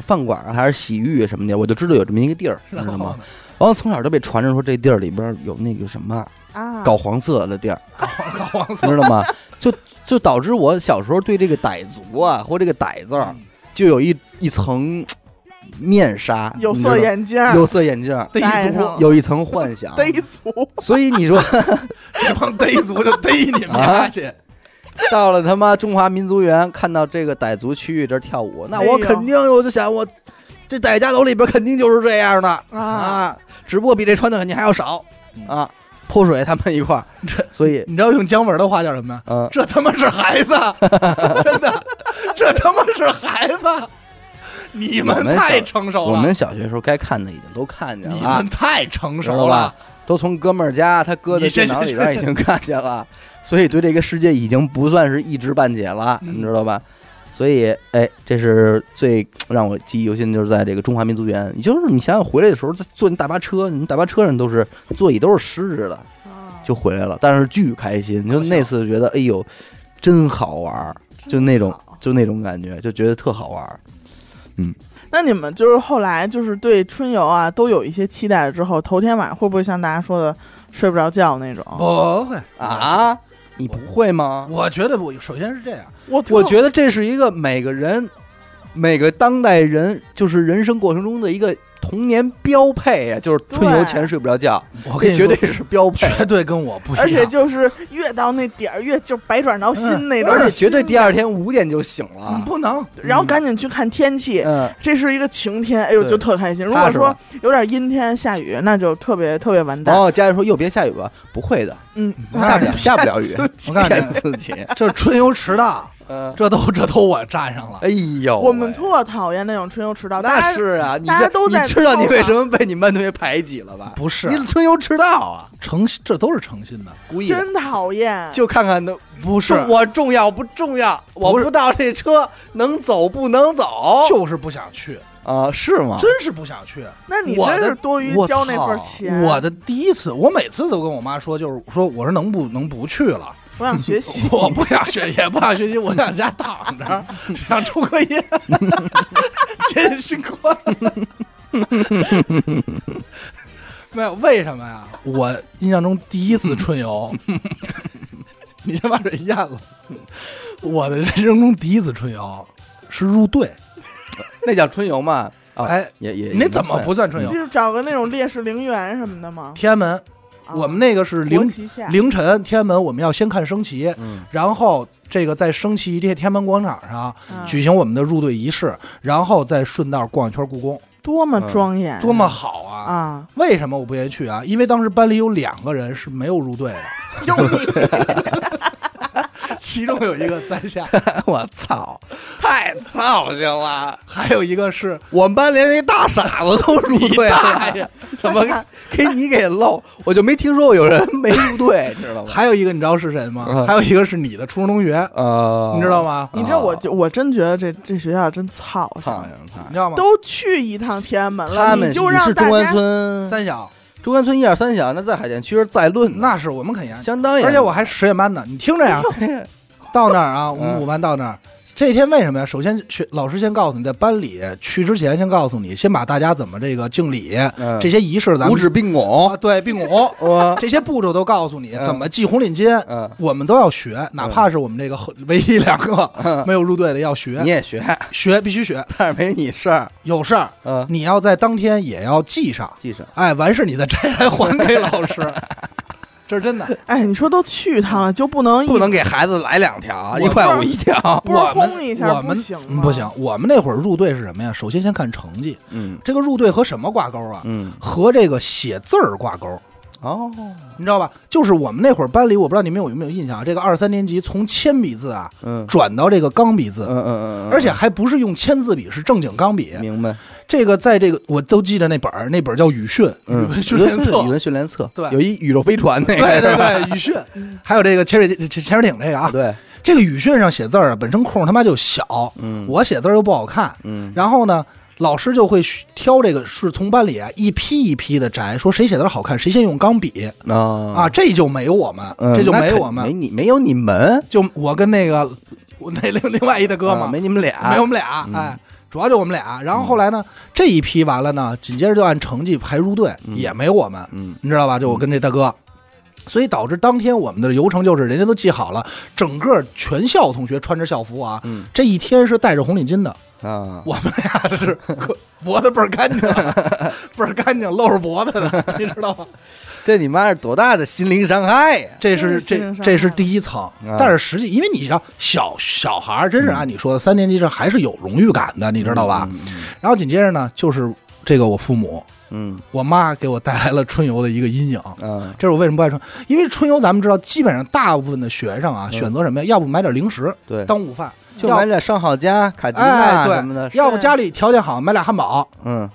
D: 饭馆儿还是洗浴啊什么的，我就知道有这么一个地儿，知
B: 然
D: 道
B: 后
D: 吗
A: 哦
B: 呢？
D: 然后从小就被传着说这地儿里边儿有那个什么
A: 啊，
D: 搞黄色的地儿，
B: 搞黄色
D: 你知道吗？就 就导致我小时候对这个傣族啊，或这个傣字
A: 嗯
D: 儿，就有一一层面纱，
A: 有
D: 你知道
A: 色
D: 吗
A: 眼镜儿，
D: 有色眼镜儿，
B: 逮
A: 戴
B: 族，
A: 上
D: 有一层幻想。
A: 逮足，
D: 所以你说，
B: 这帮逮族就逮你们家
D: 啊
B: 去。
D: 到了他妈中华民族园，看到这个傣族区域这儿跳舞，那
A: 哎呦
D: 我肯定我就想我。这傣家楼里边肯定就是这样的
A: 啊
D: 啊，只不过比这穿的肯定还要少啊。泼水他们一块儿，所以
B: 你知道用姜文的话叫什么？
D: 嗯，
B: 这他妈是孩 子，真的，这他妈是孩子。你
D: 我
B: 们
D: 们小
B: 太成熟了，
D: 我们小学时候该看的已经都看见
B: 你
D: 了啊
B: 们，太成
D: 知道
B: 熟了
D: 吧。？都从哥们儿家他哥的
B: 你先
D: 电脑里边已经看见了，所以对这个世界已经不算是一知半解了，
B: 嗯
D: 你知道吧？所以，哎，这是最让我记忆犹新，就是在这个中华民族园。你就是你想想回来的时候，在坐那大巴车，你们大巴车上都是座椅都是湿着的，
A: 啊
D: 就回来了，但是巨开心。就那次觉得，哎呦，真好玩儿，就那种
A: 真好
D: 就那种感觉，就觉得特好玩儿。
A: 那你们就是后来就是对春游啊都有一些期待了之后，头天晚上会不会像大家说的睡不着觉那种？
D: 哦
B: 不会，
D: 啊，你不会吗？
B: 我觉得不。首先是这样，
A: 我
D: 我觉得这是一个每个人、每个当代人就是人生过程中的一个童年标配啊，就是春游前睡不着觉，
B: 我
D: 这绝 对是标配，
B: 绝对跟我不一样。
A: 而且就是越到那点儿越就百爪挠心那种，
D: 而且绝对第二天五点就醒了
B: 你。不能，
A: 然后赶紧去看天气。
D: 嗯，
A: 这是一个晴天，哎呦，
B: 对
A: 就特开心。如
D: 踏
A: 果
D: 实
A: 说
D: 了
A: 有点阴天下雨，那就特别特别完
D: 然
A: 蛋。
D: 后家人说：“哟，别下雨吧，不会的，
A: 嗯，
B: 哦那
D: 下不了，下不了雨。
B: 我告诉
D: 骗
B: 你，
D: 自己，
B: 这春游迟到，
D: 嗯，
B: 这都这都我占上了。
D: 哎呦喂，
A: 我们特讨厌那种春游迟到，大
D: 那
A: 家
D: 是啊，你
A: 大家
D: 这
A: 都在
D: 你知道你
A: 操场
D: 为什么被你们班同学排挤了吧？
B: 不是
D: 你春游迟到啊，
B: 诚心，这都是诚心的，
D: 故意的
A: 真讨厌。
D: 就看看都
B: 不是
D: 哎重我重要不重要？我
B: 不是
D: 不知道这车能走不能走
B: 就是不想去，
D: 啊？是吗？
B: 真是不想去。
A: 那你
B: 我
A: 真
B: 的
A: 是多余
D: 我
A: 交那份
D: 操
A: 钱。
B: 我的第一次，我每次都跟我妈说，就是说我说能不能不去了，，
A: 我想学习
B: 我不想学习，不想学习，我想在家躺着，想抽根烟， 真辛苦。 没有，为什么呀？我印象中第一次春游， 你先把水咽了。我的人生中第一次春游是入队，
D: 那叫春游嘛？啊，
B: 哎，
D: 也也
B: 你怎么不？算春游？
A: 就是找个那种烈士陵园什么的吗？
B: 天安门，
A: 啊
B: 我们那个是凌
A: 国旗下
B: 凌晨天安门，我们要先看升旗，
D: 嗯
B: 然后这个在升旗这天安门广场上
A: 嗯
B: 举行我们的入队仪式，然后再顺道逛一圈故宫，
A: 多么庄严，
B: 嗯多么好啊！
A: 啊！
B: 为什么我不愿意去啊？因 为当时班里有两个人是没有入队的，
A: 有你，
B: 其中有一个在下，
D: 我操，太操心了！
B: 还有一个是
D: 我们班连那大傻子都入队
C: 大
D: 了， 怎么给你给漏？我就没听说过有人没入队，知道吗？
B: 还有一个你知道是谁吗？
D: 嗯
B: 还有一个是你的初中同学，
D: 呃
B: 你知道？吗？
A: 你知道我就我真觉得这这学校真操心，
D: 苍蝇，苍
B: 你知道吗？
A: 都去一趟天安门了，
D: 他们
A: 你就
D: 你
A: 让
D: 是
A: 大
D: 中关
A: 家
D: 村，
B: 三小，
D: 中关村一二三小，那在海淀区再论，
B: 那是我们肯严，
D: 相当于，
B: 而且我还十点班呢。你听着呀，到那儿啊，我们
D: 嗯
B: 五班到那儿。这一天为什么呀？首先学老师先告诉你，在班里去之前先告诉你，先把大家怎么这个敬礼
D: 嗯
B: 这些仪式，咱
D: 五
B: 们
D: 指并拱
B: 啊，，对并 拱
D: 我
B: 这些步骤都告诉你，
D: 嗯
B: 怎么系红领巾，
D: 嗯，
B: 我们都要学，哪怕是我们这个后唯一两个
D: 嗯
B: 没有入队的要学
D: 你，也学，
B: 学必须学。
D: 但是没你事儿，
B: 有事儿
D: 嗯，
B: 你要在当天也要记上，
D: 记上。
B: 哎，完事你再摘来还给老 师，这是真的。
A: 哎，你说都去一趟了，就不能一
D: 不能给孩子来两条，
B: 我
D: 一块五一条。
A: 不是
B: 我们
A: 轰一下
B: 我们
A: 不行吗
B: 嗯不行，我们那会儿入队是什么呀？首先先看成绩，
D: 嗯
B: 这个入队和什么挂钩啊？
D: 嗯，
B: 和这个写字儿挂钩，
D: 哦，
B: 你知道吧？就是我们那会儿班里，我不知道你们有有没有印象啊？这个二三年级从铅笔字啊
D: 嗯
B: 转到这个钢笔
D: 嗯
B: 字，
D: 嗯嗯，
B: 而且还不是用签字笔，是正经钢笔。
D: 明白，
B: 这个在这个我都记得那本儿，那本儿叫语训，语
D: 嗯，
B: 文 训练册
D: 语。文训练册，
B: 对
D: 有一宇宙飞船那
B: 对
D: 个，
B: 对对，语训，还有这个潜水潜潜水艇这个啊，
D: 嗯对，
B: 这个语训上写字儿啊，本身空儿他妈就小，
D: 嗯
B: 我写字儿又不好看，
D: 嗯，
B: 然后呢，老师就会挑这个是从班里啊一批一批的摘，说谁写字儿好看，谁先用钢笔
D: 啊
B: 啊，这就没我们，这就没我
D: 嗯没
B: 们，
D: 你没有你们
B: 就我跟那个我那另另外一大哥嘛，
D: 啊没你们俩，嗯
B: 没有我们俩，哎。主要就我们俩，然后后来呢，这一批完了呢，紧接着就按成绩排入队，也没我们，
D: 嗯
B: 你知道吧？就我跟这大哥，所以导致当天我们的流程就是，人家都记好了，整个全校同学穿着校服啊，
D: 嗯
B: 这一天是戴着红领巾的，
D: 啊，
B: 我们俩是 可脖子倍儿干净， 倍儿干净，露着脖子的，你知道吗？
D: 这你妈是多大的心灵伤害呀？
B: 这是
A: 真是心灵
B: 这
A: 伤害
B: 这是第一层
D: 啊，嗯
B: 但是实际因为你知道小小孩儿真是按你说的三年级生还是有荣誉感的，你知道吧？然后紧接着呢，就是这个我父母，
D: 嗯
B: 我妈给我带来了春游的一个阴影。
D: 啊
B: 这是我为什么不爱春？因为春游咱们知道，基本上大部分的学生啊，
D: 嗯
B: 选择什么呀？要不买点零食
D: 对，
B: 当午饭，
D: 就
B: 要
D: 买点上好佳、卡迪
B: 哎
D: 娜
B: 对
D: 什么的，
B: 要不家里条件好买俩汉堡，
D: 嗯，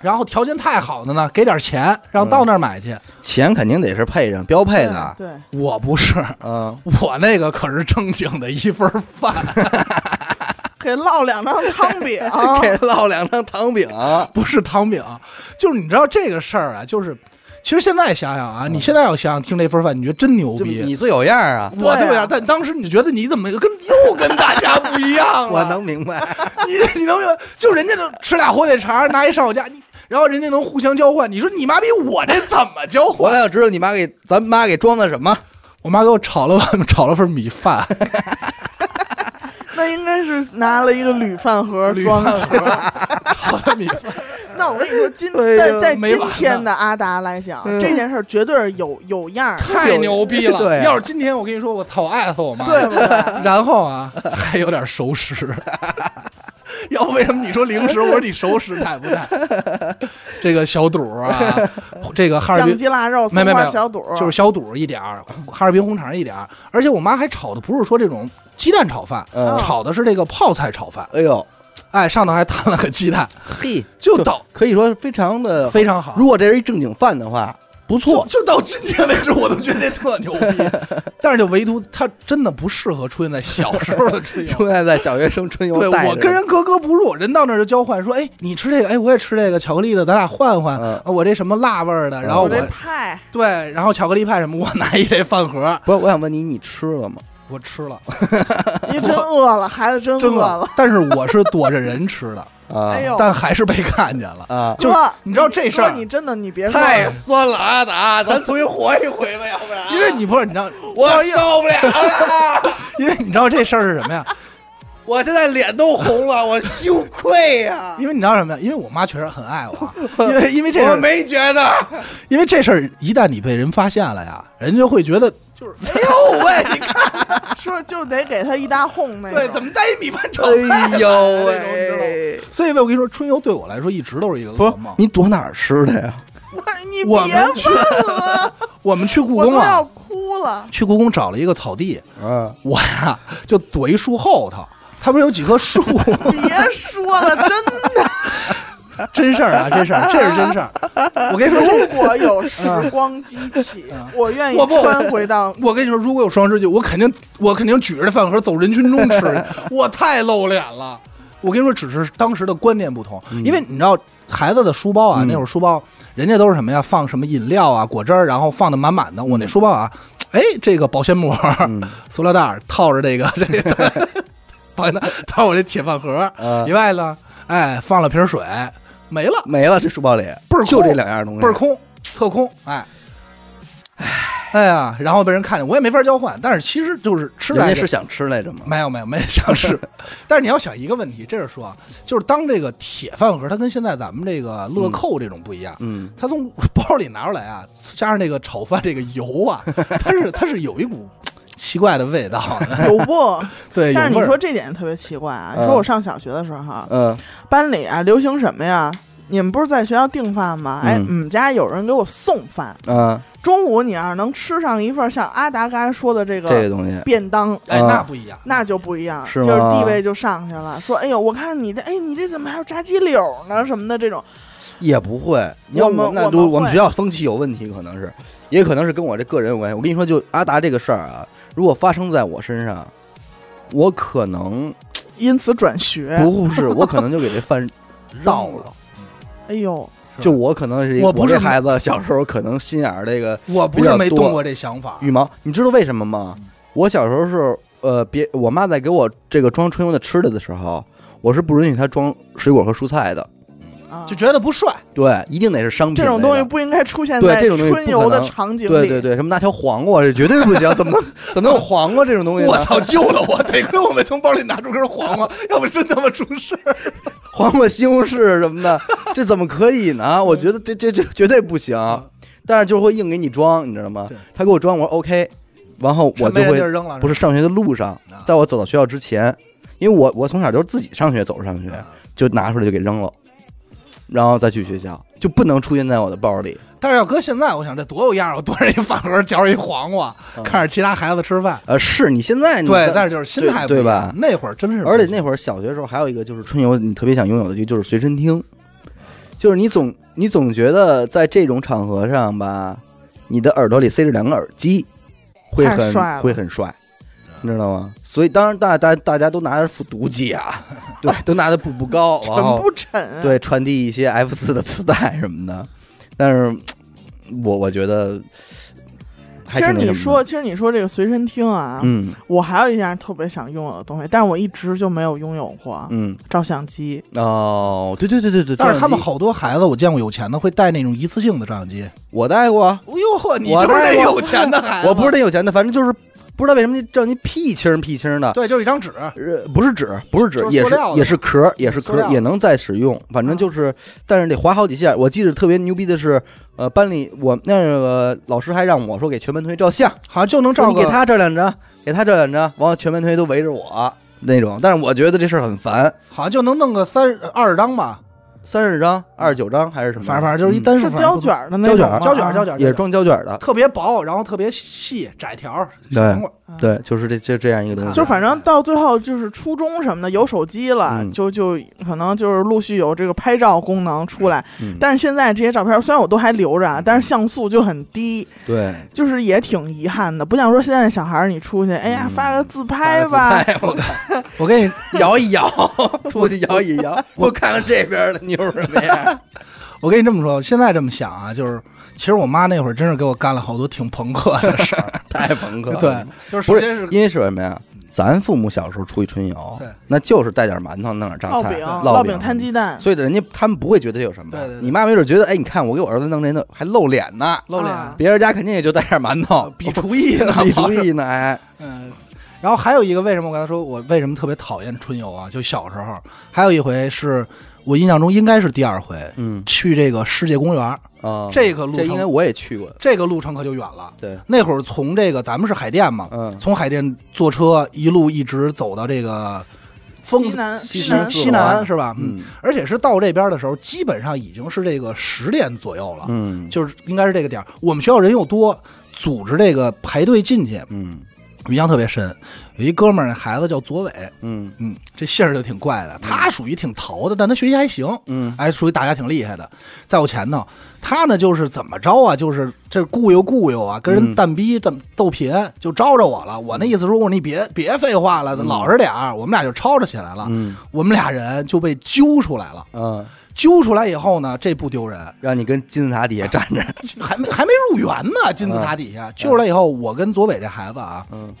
B: 然后条件太好的呢，给点钱让
D: 嗯
B: 到那儿买去。
D: 钱肯定得是配上标配的，
A: 啊对，对
B: 我不是，
D: 嗯，
B: 我那个可是正经的一份饭，
A: 给烙两张汤饼，
D: 给烙两张糖 饼，
B: 不是汤饼。就是你知道这个事儿啊，就是其实现在想想啊，你现在要想想听这份饭，你觉得真牛
D: 就
B: 逼。
D: 你最有样 儿啊，
B: 我
A: 对啊
B: 这样，但当时你就觉得你怎么跟又跟大家不一 样了？
D: 我能明白，
B: 你你能明白？就人家就吃俩火腿肠，拿一上我家，你然后人家能互相交换。你说你妈逼我这怎么交换？
D: 我要知道你妈给咱妈给装的什么，
B: 我妈给我炒了碗炒了份米饭，
A: 那应该是拿了一个铝饭盒
B: 绿
A: 装
B: 饭
A: 起
B: 盒
A: 来。
B: 炒了米饭。
A: 那我跟你说，今
D: 哎呀
A: 在在
B: 没
A: 今
B: 完了
A: 天的阿达来讲，
D: 嗯
A: 这件事儿绝对是有有样儿，
B: 太牛逼 了！
D: 对啊
B: 要是今天我跟你说，我操，我爱死我妈。
A: 对不对？
B: 然后啊，还有点熟食。要不为什么你说零食，我说你熟食带不带？这个小肚儿啊，这个哈尔
A: 酱
B: 滨
A: 鸡腊肉、
B: 没
A: 葱
B: 没没
A: 花
B: 有
A: 小肚，
B: 就是小肚儿一点儿，哈尔滨红肠一点儿。而且我妈还炒的不是说这种鸡蛋炒饭，
D: 嗯
B: 炒的是这个泡菜炒饭。
D: 哎呦，
B: 哎，上头还摊了个鸡蛋，
D: 嘿，
B: 就到
D: 可以说非常的，
B: 非常好。
D: 如果这是一正经饭的话，不错，
B: 就就到今天为止，我都觉得这特牛逼，但是就唯独它真的不适合出现在小时候的春游。
D: 出现在小学生春游
B: 对
D: 带着
B: 我跟人格格不入，人到那儿就交换，说：“哎，你吃这个，哎，我也吃这个巧克力的，咱俩换换。
D: 嗯
B: 啊我这什么辣味儿的，然
A: 嗯
B: 后
A: 我
B: 我
A: 这派
B: 对，然后巧克力派什么，我拿一这饭盒，
D: 不是，我想问你，你吃了吗？
B: 我吃了，
A: 你真饿了，孩子真
B: 真
A: 饿了。。
B: 但是我是躲着人吃 的，
D: 啊，
A: 哎呦，
B: 但还是被看见了。
D: 啊，
B: 就是
A: 哥
B: 你知道这事儿
A: 哥你真的你别说
C: 太
A: 了，
C: 酸了，阿达，咱重新活一回吧，要不然
D: 哎
B: 因为你不是你知道，
C: 我受不了了，
B: 因为你知道这事儿是什么呀？
C: 我现在脸都红了，我羞愧
A: 啊
C: 呀、
B: 因为你知道什么呀？因为我妈确实很爱我啊，因为因为这事
C: 我
B: 儿，
C: 没觉得，
B: 因为这事儿一旦你被人发现了呀，人家会觉得就是
C: 哎 呦喂，你看
A: 说就得给他一大哄那种。
B: 对，怎么带一米饭炒饭？
D: 哎
B: 那
D: 呦
B: 种
D: 喂，
B: 所以我跟你说，春游对我来说一直都是一个
D: 不
B: 噩
D: 是
B: 梦。
D: 你躲哪儿吃的呀？
A: 我你
B: 我
A: 别
B: 们去
A: 问了，
B: 我们去故
A: 我都
B: 宫
A: 要
B: 啊，
A: 哭了，
B: 去故宫找了一个草地，
C: 啊
D: 嗯，
B: 我呀就躲一树后头，它不是有几棵树吗？
A: 别说了，真的。
B: 真事儿啊，这事儿，这是真事儿。我跟你说，
A: 如果有时光机器，
B: 嗯
A: 我愿意
B: 我不
A: 穿回 到
B: 我跟你说，如果有双十九，我肯定，我肯定举着这饭盒走人群中吃， 我太露脸了。我跟你说，只是当时的观念不同，因为你知道孩子的书包啊，
D: 嗯
B: 那会儿书包人家都是什么呀，放什么饮料啊、果汁儿，然后放的满满的。我那书包啊，哎，这个保鲜膜、
D: 嗯
B: 塑料袋儿套着这个这个 保鲜袋，套我这铁饭盒，
C: 啊
D: 呃
B: 以外呢，哎，放了瓶水，没了，
D: 没了，这书包里
B: 倍儿空
D: 就这两样东西，
B: 倍儿空，特空，哎。哎呀，然后被人看见，我也没法交换。但是其实就是吃
D: 人
B: 来
D: 家
B: 着
D: 是想吃来着吗？
B: 没有没有没有想是， 但是你要想一个问题，这是说啊，就是当这个铁饭盒它跟现在咱们这个乐扣这种不一样，
D: 嗯，
B: 它从包里拿出来啊，加上这个炒饭这个油啊，它是它是有一股奇怪的味道 的，
A: 有不？
B: 对，
A: 但
B: 哎有
A: 是
B: 味
A: 你
B: 儿
A: 说。这点特别奇怪啊！
D: 嗯
A: 你说我上小学的时候哈，
D: 嗯
A: 班里啊流行什么呀？你们不是在学校订饭吗？哎，
D: 嗯
A: 我们家有人给我送饭。
C: 啊
D: 嗯，
A: 中午你要是能吃上一份像阿达刚才说的这
D: 啊这个
A: 个
D: 东西，
A: 便当，
B: 哎，
D: 啊
B: 那不一样，
A: 那就不一样，
D: 是
A: 就
D: 吗
A: 是地位就上去了。说，哎呦，我看你这，哎，你这怎么还有炸鸡柳呢？什么的这种，
D: 也不会。你
A: 我
D: 要
A: 们
D: 我那
A: 我们
D: 都我们
A: 会
D: 学校风气有问题，可能是，也可能是跟我这个人有关系。我跟你说，就阿达这个事儿啊，如果发生在我身上，我可能
A: 因此转学。
D: 不是，我可能就给这饭 倒
B: 扔
D: 了。
A: 哎呦，
B: 是
D: 就我可能是一
B: 我不是
D: 这孩子，小时候可能心眼儿这个
B: 我不
D: 嗯比
B: 是
D: 较
B: 没
D: 多
B: 动过这想法，
D: 羽毛，你知道为什么吗？我小时候是呃，别我妈在给我这个装春游的吃的的时候，我是不允许她装水果和蔬菜的。
A: 啊
B: 就觉得不帅。
D: 对，一定得是商品
A: 这
D: 类的。
A: 种东西不应该出现
D: 对
A: 在
D: 这种东西
A: 春
D: 不
A: 游
D: 可
A: 的
D: 能
A: 场景里。
D: 对对对，什么拿条黄瓜，这绝对不行，怎么能怎么能有黄瓜这种东西呢？
B: 我操，救了 我！得亏我没从包里拿出根黄 瓜，要不真他妈出事儿。
D: 黄瓜西红柿什么的，这怎么可以呢？我觉得这这这绝对不行，但是就会硬给你装，你知道吗
B: 对？
D: 他给我装，我说 OK，然后我
B: 趁没
D: 就
B: 人地儿
D: 会
B: 扔了，
D: 不是上学的路上
B: 啊，
D: 在我走到学校之前，因为我我从小就是自己上学走着上学，
B: 啊
D: 就拿出来就给扔了，然后再去学校，就不能出现在我的包里。
B: 但是要搁现在，我想这多有样儿！我端着一饭盒，嚼着一黄瓜，
D: 嗯
B: 看着其他孩子吃饭。
D: 呃，是你现在你
B: 啊嗯对
D: 在，
B: 但是就是心态不
D: 对
B: 一样
D: 吧？
B: 那会儿真是，
D: 而且那会儿小学的时候还有一个就是春游，你特别想拥有的就就是随身听，就是你总你总觉得在这种场合上吧，你的耳朵里塞着两个耳机，会
A: 太帅
D: 很
A: 了
D: 会很帅，你知道吗？所以当然大大大家都拿着复读机啊， 对，都拿的步 步高，
A: 沉
D: 然后
A: 不
B: 嗯
A: 沉？，
D: 对传递一些 F 四的磁带什么的，但是我我觉得还
A: 其实
D: 挺那什么
A: 你
D: 的
A: 说，其实你说这个随身听啊，
D: 嗯
A: 我还有一样特别想拥有的东西，但是我一直就没有拥有过。
D: 嗯
A: 照相机，
D: 哦，对对对对对，
B: 但是
D: 照
B: 他们
D: 相机
B: 好多孩子，我见过有钱的会带那种一次性的照相机。
D: 我带过啊。
B: 哎呦呵，你
D: 我
B: 就是
D: 带
B: 那
D: 过
B: 有钱的孩子，
D: 我不是那有钱的，反正就是不知道为什么照你屁青儿屁青儿 的，
B: 对，就是一张纸，
D: 呃，不是纸，不是纸，
B: 就是
D: 也
B: 塑
D: 是
B: 料的
D: 也是壳儿，也是
B: 塑
D: 壳
B: 料
D: 儿，
B: 的嗯
D: 也能再使用。反正就是，但是得划好几下。我记得特别牛逼的是，呃，班里我那个老师还让我说给全班同学照相，
B: 好像就能
D: 说
B: 照
D: 你给
B: 个。
D: 他照两张，给他照两张，完了全班同学都围着我那种。但是我觉得这事儿很烦，
B: 好像就能弄个三二十张吧，
D: 三十张、二十九张还是什么，
B: 反正反正就是一
D: 嗯
B: 单数
A: 是
B: 反正
A: 胶
B: 不
A: 卷
B: 多，
A: 儿的那种
D: 胶卷
A: 吗
D: 儿
A: 啊
B: 胶卷儿，胶卷儿，
D: 也
B: 胶卷
D: 是
B: 儿
D: 装胶卷儿的，
B: 特别薄，然后特别细，窄条儿，
D: 对
B: 长过
A: 啊
D: 对，就是这这这样一个东西。
A: 就反正到最后就是初中什么的有手机了，
D: 嗯
A: 就就可能就是陆续有这个拍照功能出来。
D: 嗯
A: 但是现在这些照片虽然我都还留着啊，但是像素就很低，
D: 对，
A: 就是也挺遗憾的。不像说现在小孩儿，你出去，哎呀
D: 嗯
A: 发个自拍吧，
D: 拍我
B: 我跟你
D: 摇一摇，出去摇一 摇，我看看这边的妞儿什么样。
B: 我跟你这么说，现在这么想啊，就是其实我妈那会儿真是给我干了好多挺朋克的事儿，
D: 太朋克了， 嗯
B: 对，就是
D: 不
B: 首先
D: 是
B: 是
D: 因为是什么呀？咱父母小时候出去春游，
B: 对，
D: 那就是带点馒头，弄点榨
A: 烙
D: 菜，
A: 饼、
D: 烙
A: 烙饼摊鸡蛋，
D: 所以人家他们不会觉得有什么。
B: 对对对
D: 你妈没准觉得，哎，你看我给我儿子弄这弄，还露脸呢。
B: 露脸，
A: 啊
D: 别人家肯定也就带点馒 头，
B: 比厨艺呢，
D: 比主意呢，哎，
B: 嗯，然后还有一个，为什么我刚才说我为什么特别讨厌春游啊？就小时候，还有一回是我印象中应该是第二回
D: 嗯
B: 去这个世界公园，
D: 啊，
B: 这个路
D: 这
B: 程
D: 应该我也去过，
B: 这个路程可就远了。
D: 对，
B: 那会儿从这个咱们是海淀嘛，
D: 嗯
B: 从海淀坐车一路一直走到这个丰
A: 西南
D: 西
A: 西
B: 西
D: 南
A: 南
B: 西南是吧？
D: 嗯
B: 而且是到这边的时候，基本上已经是这个十点左右了，
D: 嗯，
B: 就是应该是这个点儿。我们学校人又多，组织这个排队进去，
D: 嗯
B: 印象特别深。有一哥们儿，那孩子叫左伟，
D: 嗯
B: 嗯，这姓儿就挺怪的。他属于挺淘的，但他学习还行，
D: 嗯
B: 哎，属于打架挺厉害的。在我前头，他呢就是怎么着啊，就是这雇悠雇悠啊，跟人
D: 嗯
B: 蛋逼这么斗贫，就招着我了。我那意思说，我说你别别废话了，老实点儿。我们俩就吵吵起来了，
D: 嗯
B: 我们俩人就被揪出来了。
D: 嗯，
B: 揪出来以后呢，这不丢人，
D: 让你跟金字塔底下站着，
B: 还没还没入园呢，金字塔底下。揪出来以后，我跟左伟这孩子啊，
D: 嗯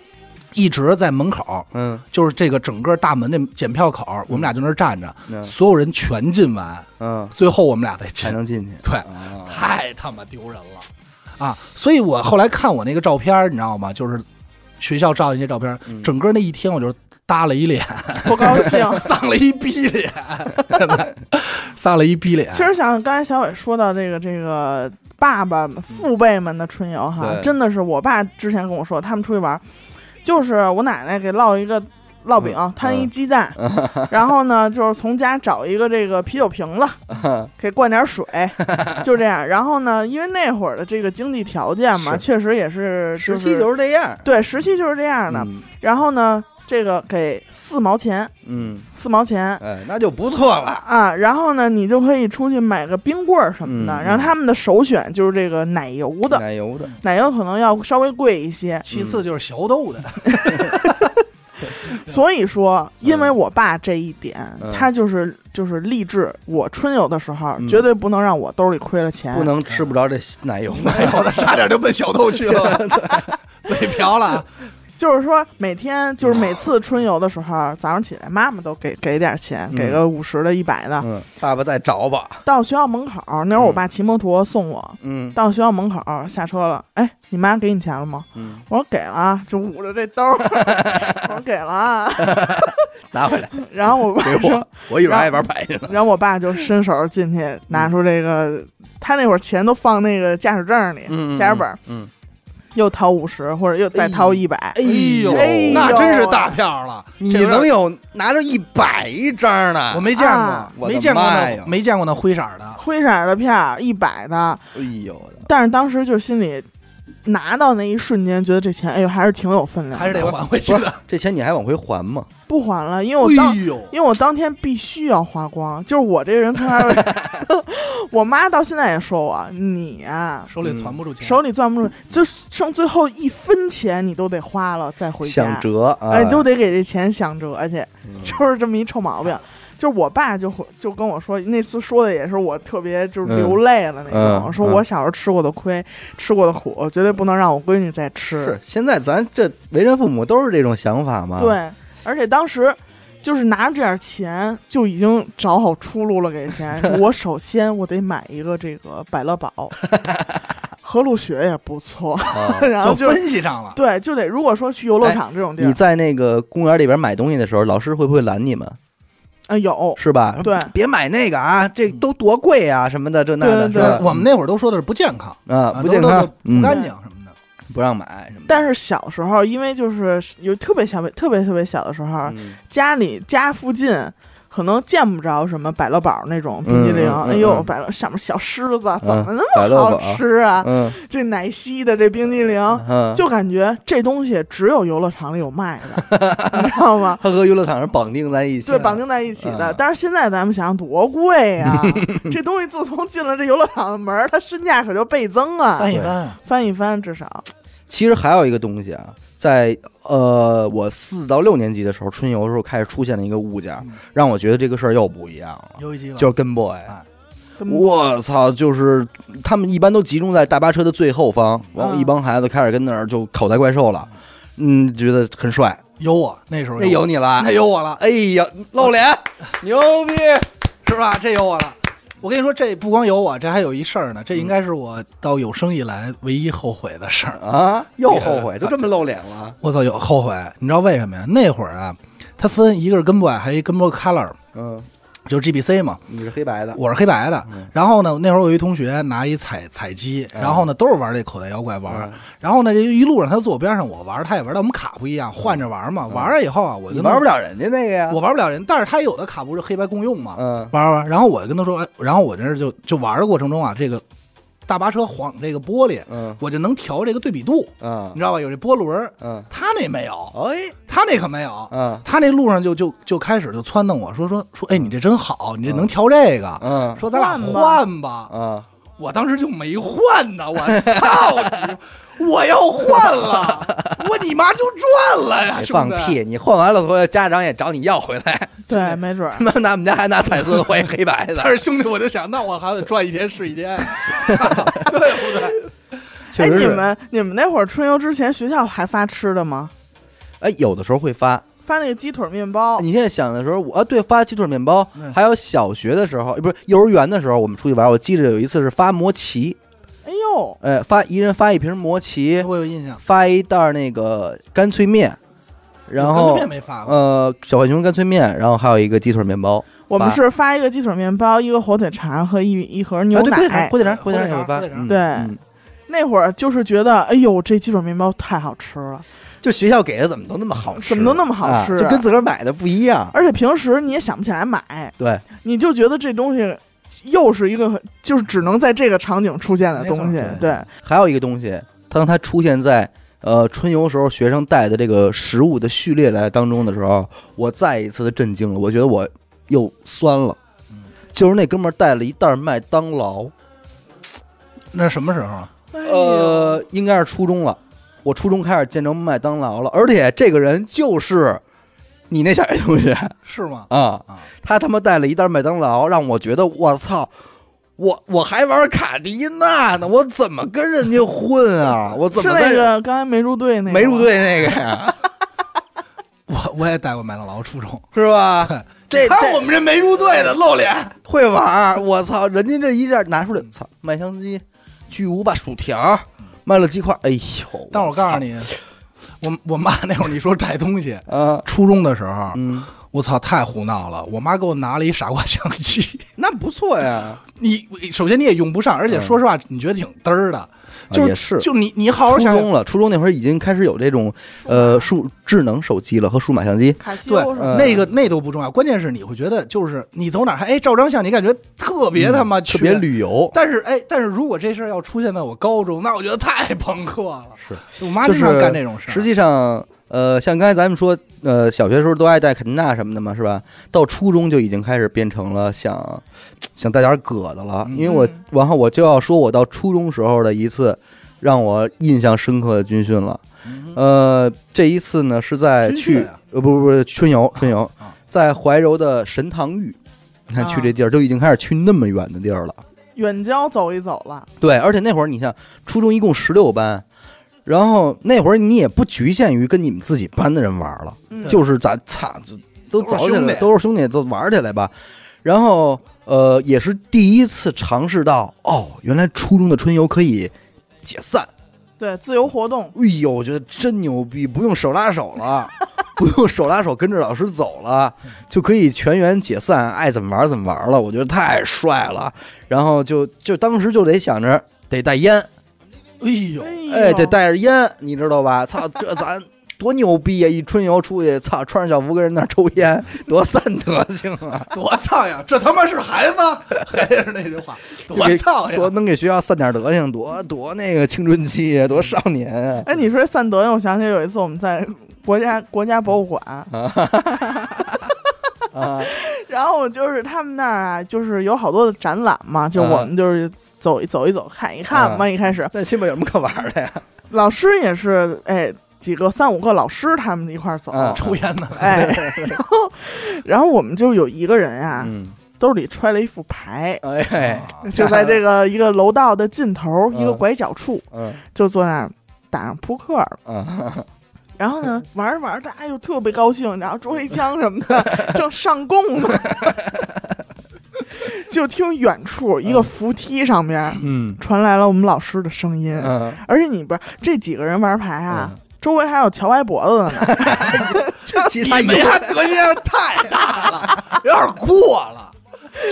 B: 一直在门口，
D: 嗯
B: 就是这个整个大门这检票口，我们俩就那儿站着，
D: 嗯
B: 所有人全进完，
D: 嗯，
B: 最后我们俩再
D: 才
B: 进。
D: 能进去。
B: 对，
D: 啊，
B: 太他妈丢人了啊！所以我后来看我那个照片儿，你知道吗？就是学校照的那些照片儿，
D: 嗯
B: 整个那一天我就耷了一脸，
A: 不高兴。
B: 丧了一逼脸， 真的丧了一逼
D: 哎
B: 脸。
A: 其实想刚才小伟说到这个这个爸爸们父辈们的春游哈，
D: 嗯对
A: 真的是我爸之前跟我说，他们出去玩儿，就是我奶奶给烙一个烙饼，
D: 嗯
A: 摊一鸡蛋，然后呢就是从家找一个这个啤酒瓶子，
D: 嗯
A: 给灌点 水，就这样。然后呢，因为那会儿的这个经济条件嘛，
B: 是
A: 确实也是
D: 实
A: 就
D: 习
A: 是
D: 就是这样。
A: 对时期就是这样的。
D: 嗯
A: 然后呢，这个给四毛钱，
D: 嗯，
A: 四毛钱，
D: 哎，那就不错了。
A: 啊，然后呢，你就可以出去买个冰棍儿什么的。
D: 嗯
A: 然后他们的首选就是这个奶油的，
D: 奶油的，
A: 奶油可能要稍微贵一些。
B: 其次就是小豆的，
A: 所以说，因为
D: 嗯
A: 我爸这一点，
D: 嗯
A: 他就是就是励志，我春游的时候、
D: 嗯
A: 绝对不能让我兜里亏了钱。
D: 不能吃不着这奶油。
B: 哎呦，我差点就奔小豆去了， 嘴瓢了啊。
A: 就是说每天就是每次春游的时候，早上起来妈妈都给给点钱，
D: 嗯
A: 给个五十的、一百的。
D: 嗯，爸爸再找吧。
A: 到学校门口那会儿，我
D: 嗯
A: 爸骑摩托送我。
D: 嗯
A: 到学校门口下车了，哎，你妈给你钱了吗？
D: 嗯，
A: 我说给了啊，就捂着这兜儿，我说给了啊。
D: 拿回来
A: 然后我爸
D: 给
A: 说
D: 我，，我一会儿还一玩牌去呢。
A: 然后我爸就伸手进去拿出这个，他那会儿钱都放那个驾驶证里，
D: 嗯，
A: 驾驶本儿
D: 嗯，
A: 又掏五十或者又再掏一百、
D: 哎呦，
A: 哎
B: 那真是大票了，
D: 你
B: 这
D: 能有拿着一百张呢？
B: 我没见
A: 啊
B: 过，
D: 我的
B: 没见过
D: 妈呀
B: 那没见过那灰色的，
A: 灰色的票一百的，
D: 哎呦我的，
A: 但是当时就心里拿到那一瞬间，觉得这钱哎呦还是挺有分量的，
B: 还是得还回去的。
D: 这钱你还往回还吗？
A: 不还了，因为 我当。
B: 哎呦，
A: 因为我当天必须要花光，就是我这个人从来，我妈到现在也说我，你啊，
B: 手里攒不住钱，
A: 手里攥不住，就剩最后一分钱，你都得花了再回家，
D: 想折啊，
A: 哎，都得给这钱想折去，
D: 嗯
A: 就是这么一臭毛病。就是我爸就会就跟我说，那次说的也是我特别就是流泪了那种，
D: 嗯嗯
A: 说我小时候吃过的亏，吃过的苦，绝对不能让我闺女再吃。
D: 是啊现在咱这为人父母都是这种想法嘛？，
A: 对，而且当时就是拿着这点钱就已经找好出路了，给 钱。就我首先我得买一个这个百乐宝，和路雪也不错，
D: 啊
A: 然后
B: 就分析上了。
A: 对，就得如果说去游乐场这种地
D: 哎你
A: 儿，
D: 在那个公园里边买东西的时候，老师会不会拦你们？
A: 啊有，
D: 是吧？
A: 对
D: 别买那个啊，这都多贵啊，什么的这那的，
A: 对对
D: 是吧
B: 我们那会儿都说的是不健康，
D: 啊
B: 啊
D: 不健
B: 都都
D: 康
B: 都，
D: 嗯
B: 不，干净什么的。
D: 不让买什么的。
A: 但是小时候因为就是有特别小、特别特别小的时候，
D: 嗯
A: 家里家附近。可能见不着什么百乐宝那种冰激凌，
D: 嗯嗯嗯
A: 哎呦，
D: 嗯
A: 百乐上面小狮子怎么
D: 百
A: 那
D: 乐
A: 么好
D: 宝
A: 吃啊？
D: 嗯
A: 这奶昔的这冰激凌，
D: 嗯，
A: 就感觉这东西只有游乐场里有卖的，你知道 吗？
D: 它和游乐场是绑定在一起，
A: 对，绑定在一起的
D: 嗯。
A: 但是现在咱们想想多贵呀、 这东西自从进了这游乐场的门儿，它身价可就倍增啊
D: 哎
B: 翻，一翻，
A: 翻一翻至少。
D: 其实还有一个东西啊，在呃，我四到六年级的时候，春游的时候开始出现了一个物件，
B: 嗯
D: 让我觉得这个事儿又不一样了，
B: 游戏机了，
D: 就是跟 boy。
A: 这么
D: 我操！就是他们一般都集中在大巴车的最后方，然后
A: 嗯
D: 一帮孩子开始跟那儿就口袋怪兽了，嗯，觉得很帅。
B: 有我那时候
D: 那有你了
B: 哎那，有我了，
D: 哎呀，露脸，牛逼！
B: 是吧？这有我了。我跟你说，这不光有我，这还有一事儿呢。这应该是我到有生以来唯一后悔的事儿。
D: 啊，又后悔，就这么露脸了。
B: 我操，有后悔！你知道为什么呀？那会儿啊，它分一个是跟 boy，还有一跟 boy color，
D: 嗯，
B: 就是 GBC 嘛。
D: 你是黑白的，
B: 我是黑白的。
D: 嗯
B: 然后呢，那会儿我有一同学拿一彩彩机，然后呢都是玩这口袋妖怪玩
D: 嗯
B: 儿。然后呢，这一路上他坐我边上，我玩儿他也玩儿，但我们卡不一样，换着玩儿嘛。玩了以后啊，我
D: 嗯你
B: 就
D: 玩不了人家那个呀。
B: 我玩不了人，但是他有的卡不是黑白共用嘛，
D: 嗯
B: 玩儿玩儿。然后我就跟他说，哎，然后我这就就玩儿的过程中啊，这个大巴车晃这个玻璃，
D: 嗯
B: 我就能调这个对比度，你
D: 嗯
B: 知道吧？有这波轮儿，
D: 嗯，
B: 他那没有，
D: 哎，
B: 他那可没有。
D: 嗯
B: 他那路上就就就开始就撺掇我说说说，哎，你这真好，你这能调这个，
D: 嗯
B: 说咱俩
A: 换吧
B: 换吧。
D: 嗯，
B: 我当时就没换呢，我操你！我要换 了，我你妈就赚了呀，
D: 你
B: 兄
D: 嗯放
B: 弟！
D: 屁！你换完了，回来家长也找你要回来，
A: 对，没准儿
D: 他妈拿我们家还拿彩色的换一黑白
B: 但
D: 的，
B: 是兄弟，我就想，那我还得赚一天是一天，对不对？
D: 确
A: 哎，
D: 实
A: 你
D: 是。
A: 们你们那会儿春游之前，学校还发吃的吗？
D: 哎，有的时候会发。
A: 发那个鸡腿面包，
D: 你现在想的时候，我啊对，发鸡腿面包
B: 嗯，
D: 还有小学的时候，哎不是幼儿园的时候，我们出去玩，我记着有一次是发魔奇，
A: 哎呦，
D: 呃，发一人发一瓶魔 奇，
B: 我有印象，
D: 发一袋儿那个干脆面，然
B: 我
D: 后
B: 根本没发过，
D: 呃小浣熊干脆面，然后还有一个鸡腿面包。
A: 我们
D: 发
A: 是发一个鸡腿面包，一个火腿肠和一一盒
D: 啊
A: 牛
D: 对，
A: 奶。
D: 火腿肠，火
B: 火
D: 腿肠，火
B: 腿
D: 腿
B: 肠
D: 肠也会
B: 火
D: 发
B: 腿。肠
D: 嗯
A: 对
D: 嗯
A: 那会儿就是觉得，哎呦，这鸡腿面包太好吃了，
D: 就学校给的怎么都那么好吃，
A: 怎么都那么好
D: 啊
A: 吃
D: 就跟自个儿买的不一样。
A: 而且平时你也想不起来买，
D: 对，
A: 你就觉得这东西又是一个很就是只能在这个场景出现的东西
B: 没错。
A: 对，
D: 还有一个东西，当它出现在呃春游时候学生带的这个食物的序列来当中的时候，我再一次的震惊了，我觉得我又酸了
B: 嗯。
D: 就是那哥们儿带了一袋麦当劳，
B: 嗯那是什么时候啊？
A: 哎呦
D: 呃，应该是初中了。我初中开始见着麦当劳了，而且这个人就是你那小学同学
B: 是吗？
D: 啊
B: 啊，
D: 他他妈带了一袋麦当劳，让我觉得我操，我我还玩卡迪娜呢，我怎么跟人家混啊？我怎
A: 是
D: 么
A: 那
D: 在
A: 个刚才没入队那个吗
D: 没入，队那个呀，
B: 我我也带过麦当劳初 中，
D: 是吧？这
B: 看
D: 这
B: 我们这没入 队的露脸，
D: 会玩儿，我操！人家这一下拿出来，操，麦香鸡、巨无霸薯条，卖了鸡块，哎呦！
B: 但我告诉你，我我妈那会儿你说带东西，
D: 操，啊，
B: 初中的时候，
D: 嗯，
B: 我操，太胡闹了！我妈给我拿了一傻瓜相机，
D: 那不错呀，
B: 你首先你也用不上，而且
D: 嗯
B: 说实话，你觉得挺嘚儿的，就
D: 啊也是
B: 就你你好好
D: 初
B: 想想，
D: 中了，初中那会儿已经开始有这种呃数智能手机了和数码相机，
A: 卡西
B: 对
A: 欧什么
D: 嗯
A: 的，
B: 那个那都不重要，关键是你会觉得就是你走哪儿还哎照张相，你感觉特别他妈
D: 嗯特
B: 缺
D: 别。旅游。
B: 但是哎，但是如果这事儿要出现在我高中，那我觉得太 朋克了。
D: 是，
B: 我妈
D: 就
B: 经常
D: 是
B: 干这种事儿。啊
D: 实际上，呃，像刚才咱们说，呃，小学时候都爱带肯娜什么的嘛，是吧？到初中就已经开始变成了想想带点葛的了，
B: 嗯
D: 因为我
A: 嗯，
D: 然后我就要说我到初中时候的一次让我印象深刻的军训了。
B: 嗯
D: 呃，这一次呢是在
B: 军
D: 去
B: 训啊
D: 呃不不不春游春游
B: 啊，
D: 在怀柔的神堂峪，你看
A: 啊
D: 去这地儿都已经开始去那么远的地儿了。
A: 远郊走一走了，
D: 对，而且那会儿你像初中一共十六班，然后那会儿你也不局限于跟你们自己班的人玩了，
A: 嗯
D: 就是咱操，就都
B: 都是
D: 走起
B: 兄
D: 来
B: 弟
D: 都是兄弟，都玩起来吧。然后呃，也是第一次尝试到哦，原来初中的春游可以解散。
A: 对自由活动，
D: 哎呦，我觉得真牛逼，不用手拉手了， 不用手拉手跟着老师走了，就可以全员解散，爱怎么玩怎么玩了。我觉得太帅了，然后就就当时就得想着得带烟，
B: 哎呦，
A: 呦
D: 哎，得带着烟，你知道吧？操，这咱。多牛逼呀、一春游出去，操，穿上小服跟人那儿抽烟，多散德性啊！
B: 多操呀！这他妈是孩子，还是那句 话， 多操呀！
D: 多能给学校散点德性，多多那个青春期呀，多少年啊！
A: 哎，你说散德性，我想起有一次我们在国家国家博物 馆，
D: 啊，
A: 然后就是他们那儿啊，就是有好多的展览嘛，就
D: 啊
A: 我们就是走一走一走，看一看嘛。一开始
D: 那基本有什么可玩的呀？
A: 老师也是，哎，几个三五个老师他们一块儿走，
D: 嗯
B: 抽烟呢，
A: 哎，然 后然后我们就有一个人啊，
D: 嗯，
A: 兜里揣了一副牌。
D: 哎嘿，
A: 就在这个一个楼道的尽头，一个
D: 嗯
A: 拐角处，
D: 嗯
A: 就坐那儿打上扑克了。
D: 嗯，
A: 然后 呢，玩着玩着，大家就特别高兴，然后捉黑枪什么 的，正上供呢，就听远处一个扶梯上面
D: 嗯
A: 传来了我们老师的声音，
D: 嗯，
A: 而且你不是这几个人玩牌啊，周围还有乔歪脖子的 呢，
D: 这其
B: 你
D: 他有
B: 们他德行太大了，有点过了，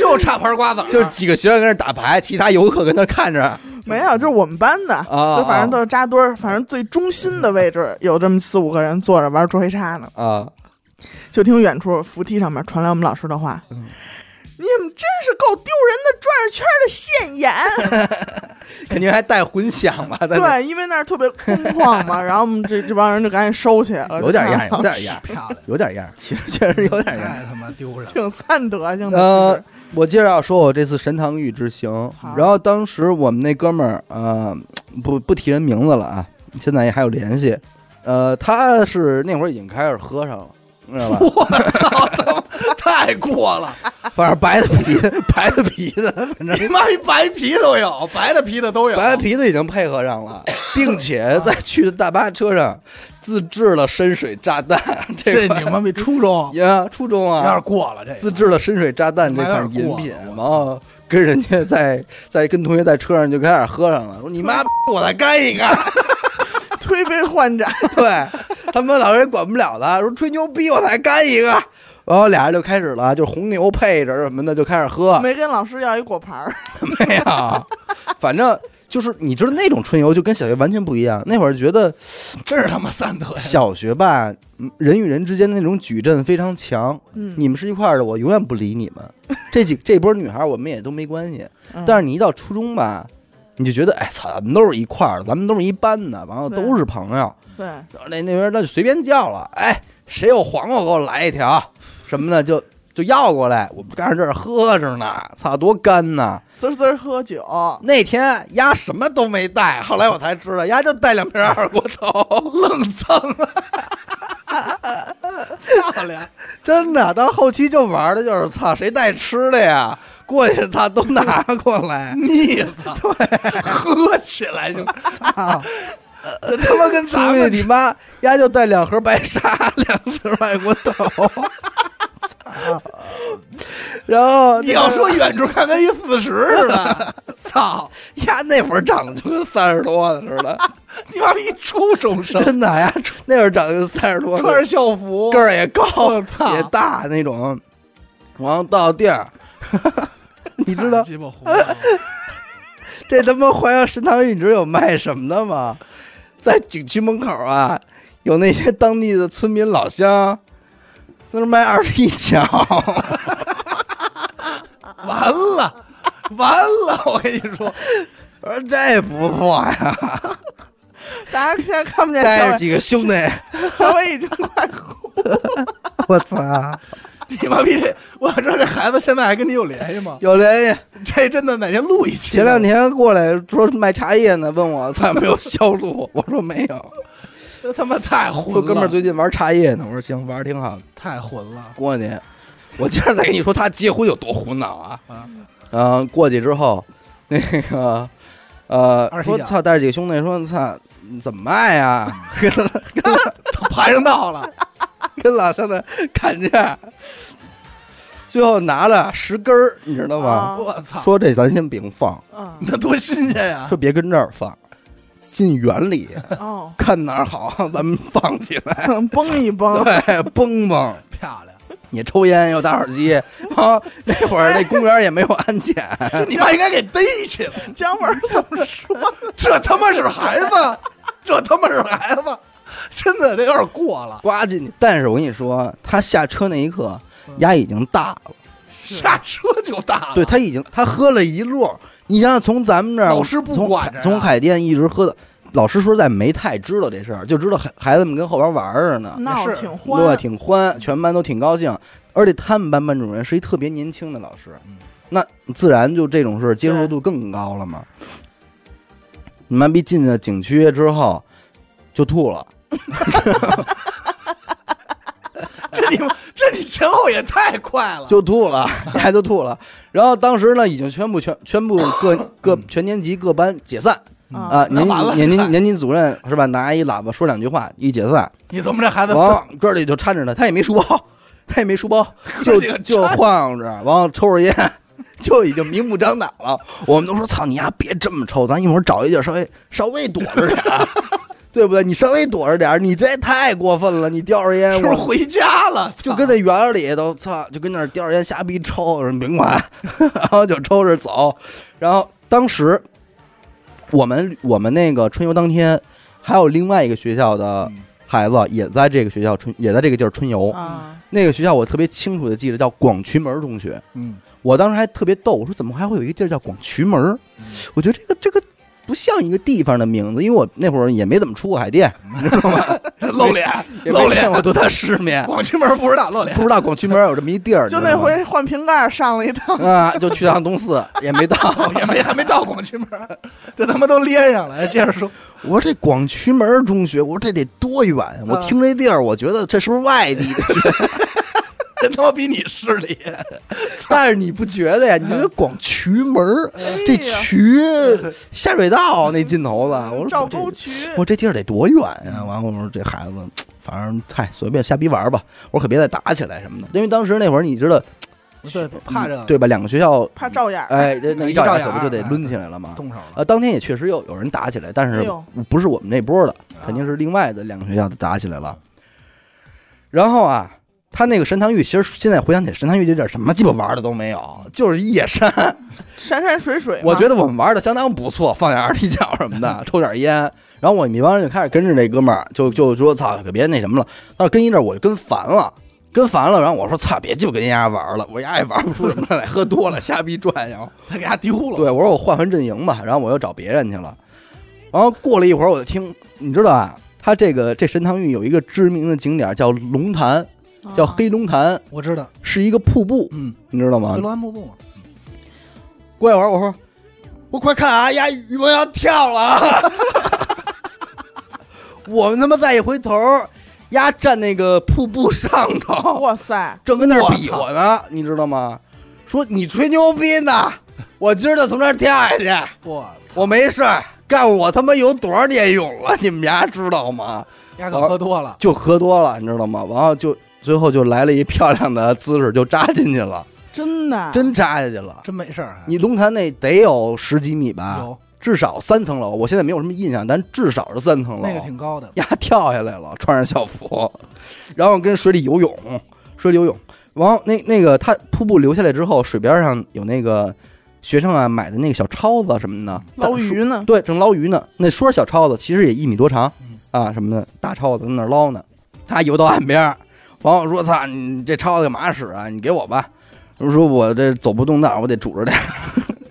B: 就差盘瓜子儿， 啊
D: 就是几个学生跟那打牌，其他游客跟那看着，
A: 没有，就是我们班的，
D: 啊
A: 就反正都是扎堆儿，反正最中心的位置有这么四五个人坐着玩捉黑叉呢，
D: 啊，嗯
A: 就听远处扶梯上面传来我们老师的话。你们真是够丢人的，转着圈儿的现眼。
D: 肯定还带混响吧？在那，
A: 对，因为那儿特别空旷 嘛，然后我们这这帮人就赶紧收起来了，
D: 有点样 儿，
A: 真的
D: 有点样儿，
B: 哎漂亮，
D: 有点样儿，其实 确实有点样儿。
B: 太他妈丢人了。
A: 挺散德性的。
D: 呃，我接着要说我这次神堂峪之行
A: 好，
D: 然后当时我们那哥们儿，呃，不不提人名字了啊，现在也还有联系。呃，他是那会儿已经开始喝上了，你知 道吧？
B: 我操，太过了！
D: 反正白的皮， 白的皮的，反 正
B: 你妈一白皮都有，白的皮的都有，
D: 白皮子已经配合上了，并且在去的大巴车上自制了深水炸弹。
B: 这
D: 个
B: 你妈逼初中
D: 呀，初中
B: 有点
D: 啊，
B: 过了，这个
D: 自制了深水炸弹这款饮
B: 买
D: 品，
B: 点过啊
D: 然后跟人家在在跟同学在车上就开始喝上了，说你妈，我再干一个。
A: 推杯换 盏，
D: 对他们老师也管不了他，说吹牛逼我再干一个。然后俩人就开始了，就红牛配着什么的就开始喝，
A: 没跟老师要一果盘儿。
D: 没有， 反正就是你知道那种春游就跟小学完全不一样。那会儿觉得
B: 真是他妈三德呀！
D: 小学吧，嗯人与人之间那种矩阵非常强。
A: 嗯，
D: 你们是一块儿的，我永远不理你们。 这几这波女孩儿我们也都没关系，
A: 嗯
D: 但是你一到初中吧，你就觉得哎操，咱们都是一块儿的，咱们都是一班的，完了
A: 对
D: 都是朋友。
A: 对，
D: 那那边那就随便叫了，哎，谁有黄瓜给我来一条，什么的就就要过来。我们刚才这儿喝着呢，操，多干呐！
A: 滋儿滋儿喝酒，
D: 那天丫什么都没带，后来我才知道，丫就带两瓶二锅头，愣蹭。
B: 漂亮，
D: 真的，到后期就玩的就是操，谁带吃的呀？过去操都拿过 来，
B: 腻子，对，喝起来 就
D: 这他妈跟出去你妈丫就带两盒白沙， 两瓶外国豆， 操！然后
B: 你要说远处看跟一四十似的， 操！
D: 丫那会儿长得就跟三十多的似的，
B: 你妈逼一初中生，
D: 真的呀，那会儿长得就三十多，
B: 穿着校服
D: 个，儿也高
B: 我操
D: 也大那种，然后到地儿， 你 知道
B: 鸡巴胡闹
D: 这他妈淮阳食堂一直有卖什么的吗？在景区门口啊，有那些当地的村民老乡，那是卖二踢 脚，
B: 完了，完了！我跟你说，
D: 我说这不错呀，
A: 大家现在看不见
D: 带
A: 小
D: 着
A: 伟，
D: 几个兄弟，
A: 小伟已经快哭。
D: 我操，
B: 你妈逼这，我知道这孩子现在还跟你有联系吗？
D: 有联系。
B: 这真的哪天录一期？
D: 前两天过来说卖茶叶呢，问我操有没有销路， 我说没有。
B: 这他妈太混
D: 说
B: 了，
D: 哥们儿最近玩茶叶呢，我说行，玩儿挺好的。
B: 太混了。
D: 过去，我今儿再跟你说他结婚有多胡闹啊！
B: 啊
D: 嗯、过去之后，那个呃
B: 二，踢啊
D: 说
B: 脚
D: 操，带着几个兄弟说操，怎么卖呀？ 跟
B: 盘上道了，
D: 跟老乡的 砍价，最后拿了十根儿，你知道吗？
A: 啊
B: 我操！
D: 说这咱先别放，
A: 嗯，
B: 那多新鲜呀！
D: 说别跟这儿放，进园里
A: 哦，
D: 看哪儿好，咱们放起来，
A: 崩一 崩，
D: 对，蹦蹦。
B: 漂亮，
D: 也抽烟又打火机，然后那会儿那公园也没有安检，
B: 这你妈应该给逮起来！
A: 姜文怎么说？
B: 这他妈是孩 子，这他妈是孩子，真的这有点过了。
D: 刮进去。但是我跟你说，他下车那一刻，丫已经大了，
B: 下车就大了，
D: 对他已经他喝了一路。你想想，从咱们这儿
B: 老师不
D: 从
B: 管
D: 海
B: 着呀
D: 从海淀一直喝的，老师说实在没太知道这事儿，就知道孩孩子们跟后边玩儿着呢，
A: 闹
B: 是
A: 挺
D: 乐
A: 欢，
D: 挺欢，全班都挺高兴。而且他们班班主任是一特别年轻的老师
B: 嗯，
D: 那自然就这种事儿接受度更高了嘛。你妈逼进了景区之后就吐了，
B: 这你妈这你前后也太快了，
D: 就吐了， 还就吐了。然后当时呢，已经全部全全部各各全年级各班解散啊、
A: 啊
D: 年
B: 那完了
D: 级年级
B: 解 散
D: 年级主任是吧？拿一喇叭说两句话，一解散，
B: 你琢磨这孩子
D: 完哥里就掺着他，他也没书包，他也没 书包，就
B: 这个
D: 就
B: 掺
D: 晃着，完了抽着烟， 就已经明目张胆了。我们都说操你丫别这么抽，咱一会儿找一地儿稍微稍微躲着点儿， 对不对？你稍微躲着点儿，你这太过分了，你叼着烟
B: 是不
D: 我
B: 是回家了？
D: 就跟那园儿里都操，就跟那儿叼着烟瞎逼抽，人甭管， 然后就抽着走。然后当时我们我们那个春游当天，还有另外一个学校的
B: 嗯
D: 孩子也在这个学校春，也在这个地儿春游。
A: 啊，
D: 那个学校我特别清楚的记得叫广渠门中学。
B: 嗯，
D: 我当时还特别逗，我说怎么还会有一个地儿叫广渠门儿？我觉得这个这个不像一个地方的名字，因为我那会儿也没怎么出过海淀，你知道吗？
B: 露脸，
D: 也
B: 露
D: 没
B: 脸
D: 见过多大世面，
B: 广渠门不知道露脸。
D: 不知道广渠门有这么一地儿。
A: 就
D: 你知
A: 那
D: 道吗
A: 回换瓶盖儿上了一趟，
D: 啊，就去趟东四，也没到。
B: 哦也没还没到广渠门，这他妈都连上了。接着说，
D: 我说这广渠门中学，我说这得多远？我
A: 嗯
D: 听这地儿，我觉得这是不是外地的 学？
B: 真他妈比你势利。
D: 但是你不觉得呀？你觉得广渠门儿这
A: 哎呀
D: 渠下水道那尽头吧？ 我
A: 赵
D: 说
A: 沟
D: 这
A: 渠，
D: 我这地儿得多远呀、完了，我说这孩子，反正嗨，随便瞎逼玩吧。我可别再打起来什么的，因为当时那会儿你知道，嗯
B: 对，怕这个
D: 对吧？两个学校，
A: 怕照眼儿。
D: 哎，这那
B: 一
D: 一照
B: 照
D: 眼
B: 眼
D: 可不就
B: 儿
D: 得
B: 哎
D: 抡起来了吗？
B: 动手了。
D: 呃，当天也确实有有人打起来，但
A: 哎
D: 是
A: 呦
D: 不是我们那波的，
B: 啊
D: 肯定是另外的两个学校的打起来了。然后啊，他那个神堂峪，其实现在回想起来，神堂峪这地儿什么鸡巴玩的都没有，就是一野
A: 哎
D: 山。
A: 山山水水嘛，
D: 我觉得我们玩的相当不错，放点二踢脚什 么的，抽点烟。然后我们一帮人就开始跟着那哥们儿，就就说操，可别那什么了。但是跟一阵儿我就跟烦了。跟烦了，然后我说：“操，别鸡巴跟人家玩了，我丫也玩不出什么来，喝多了瞎逼转悠。”
B: 他给他丢了，
D: 对，我说我换换阵营吧，然后我又找别人去了。然后过了一会儿，我就听，你知道啊，它这个这神堂峪有一个知名的景点叫龙潭，
A: 啊
D: 叫黑龙潭，
B: 我知道，
D: 是一个瀑布，
B: 嗯，
D: 你知道吗
B: 回？罗安瀑布嘛，
D: 过一会儿我说，我快看啊，呀，宇文要跳了 啊！我们他妈再一回头，丫站那个瀑布上头，
A: 哇塞，
D: 正跟那儿比划呢，你知道吗？说你吹牛逼呢，我今儿就从这儿跳
B: 哎
D: 下去。
B: 哇，
D: 我没事儿，干我他妈有多少年泳了？你们家知道吗？
B: 压可喝多了，
D: 就喝多了，你知道吗？然后就最后就来了一漂亮的姿势，就扎进去
B: 啊
D: 了，
A: 真的，
D: 真扎下去了。
B: 真没事儿。还啊
D: 你龙潭那得有十几米吧，
B: 有
D: 至少三层楼。我现在没有什么印象，但至少是三层楼。
B: 那个挺高的，
D: 丫跳下来了，穿上校服，然后跟水里游泳，水里游泳。然后那那个它瀑布流下来之后，水边上有那个学生啊买的那个小抄子什么的，
A: 捞鱼呢，
D: 对，正捞鱼呢。那说是小抄子，其实也一米多长
B: 嗯
D: 啊，什么的，大抄子跟那儿捞呢。他游到岸边儿，网友说：“操，你这抄子干嘛使啊？你给我吧。”我说：“我这走不动道，我得拄着点儿。”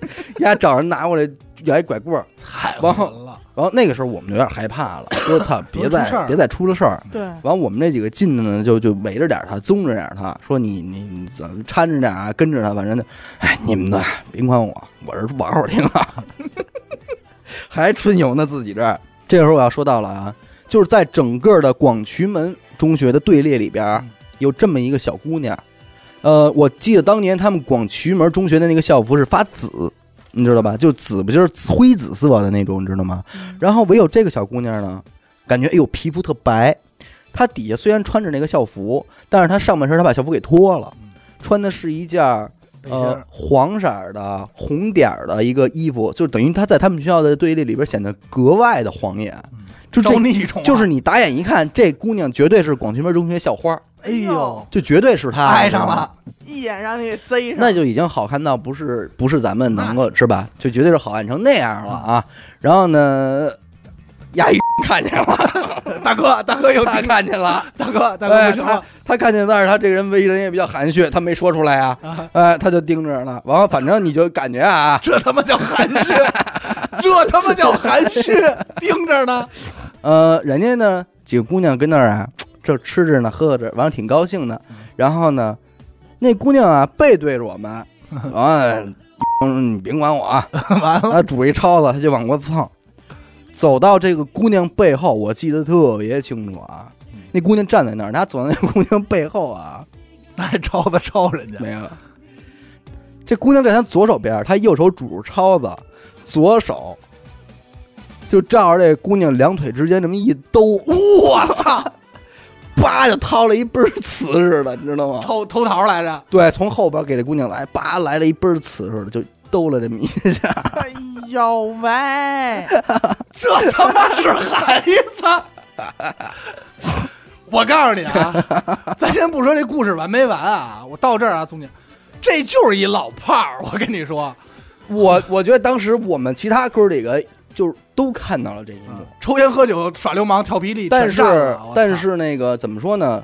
D: 丫找人拿过来，要一拐棍儿。
B: 太
D: 完
B: 完
D: 后
B: 了，
D: 然后那个时候我们有点害怕了，说：“操，别
B: 出事
D: 再
B: 儿
D: 别再出了事儿。”
A: 对，
D: 完，我们那几个进的呢，就就围着点儿他，宗着点儿他，说你你你怎么搀着点儿啊，跟着他，反正就，哎，你们的别管我，我这玩会儿去了， 还春游呢自己这儿。这个时候我要说到了啊，就是在整个的广渠门中学的队列里边儿
B: 嗯，
D: 有这么一个小姑娘，呃，我记得当年他们广渠门中学的那个校服是发紫，你知道吧？就紫不就是紫灰紫色的那种，你知道吗？然后唯有这个小姑娘呢，感觉哎呦皮肤特白，她底下虽然穿着那个校服，但是她上半身她把校服给脱了
B: 嗯，
D: 穿的是一件儿
B: 北京
D: 呃
B: 儿
D: 黄色儿的红点儿的一个衣服，就等于她在他们学校的队列里边显得格外的晃眼
B: 嗯，
D: 就这
B: 招逆虫啊，
D: 就是你打眼一看，这姑娘绝对是广渠门中学校花儿，
B: 哎呦，
D: 就绝对是她
B: 爱上
D: 你知道吗
B: 了，
A: 一眼让你给贼上，
D: 那就已经好看到不是不是咱们能够是吧？就绝对是好看成那样了啊！然后呢，亚宇看见了，
B: 哎大哥，大哥有
D: 他看见了，
B: 大哥，大
D: 哎
B: 哥不行
D: 他
B: 了，
D: 他看见，但是他这个人为人也比较含蓄，他没说出来啊，哎，他就盯着呢。完了，反正你就感觉啊，
B: 这他妈叫含蓄，这他妈叫含 蓄，盯着呢，
D: 呃，人家呢几个姑娘跟那儿啊，这吃着呢，喝着，完了挺高兴
B: 嗯
D: 的。然后呢，那姑娘啊背对着 我们，完了，嗯你别管我啊，
B: 完了，
D: 他拄一抄子，他就往过蹭，走到这个姑娘背后，我记得特别清楚啊。
B: 嗯
D: 那姑娘站在那儿，他走到那姑娘背后啊，
B: 拿一抄子抄人家，
D: 没有。这姑娘在他左手边，他右手拄着抄子，左手就照着这姑娘两腿之间这么一兜，我操！叭就掏了一倍儿瓷似的，你知道吗？
B: 偷偷桃来着，
D: 对，从后边给这姑娘来，叭来了一倍儿瓷似的，就兜了这么一下。
A: 哎呦喂，
B: 这他妈是孩子！ 我告诉你啊，咱先不说这故事完没完啊，我到这儿啊，宗姐，这就是一老炮儿，我跟你说，
D: 我我觉得当时我们其他哥几个就是都看到了
B: 嗯
D: 这一幕，
B: 抽烟喝酒耍流氓跳霹雳，
D: 嗯但
B: 全占
D: 是
B: 啊了我操
D: 但是那个怎么说呢？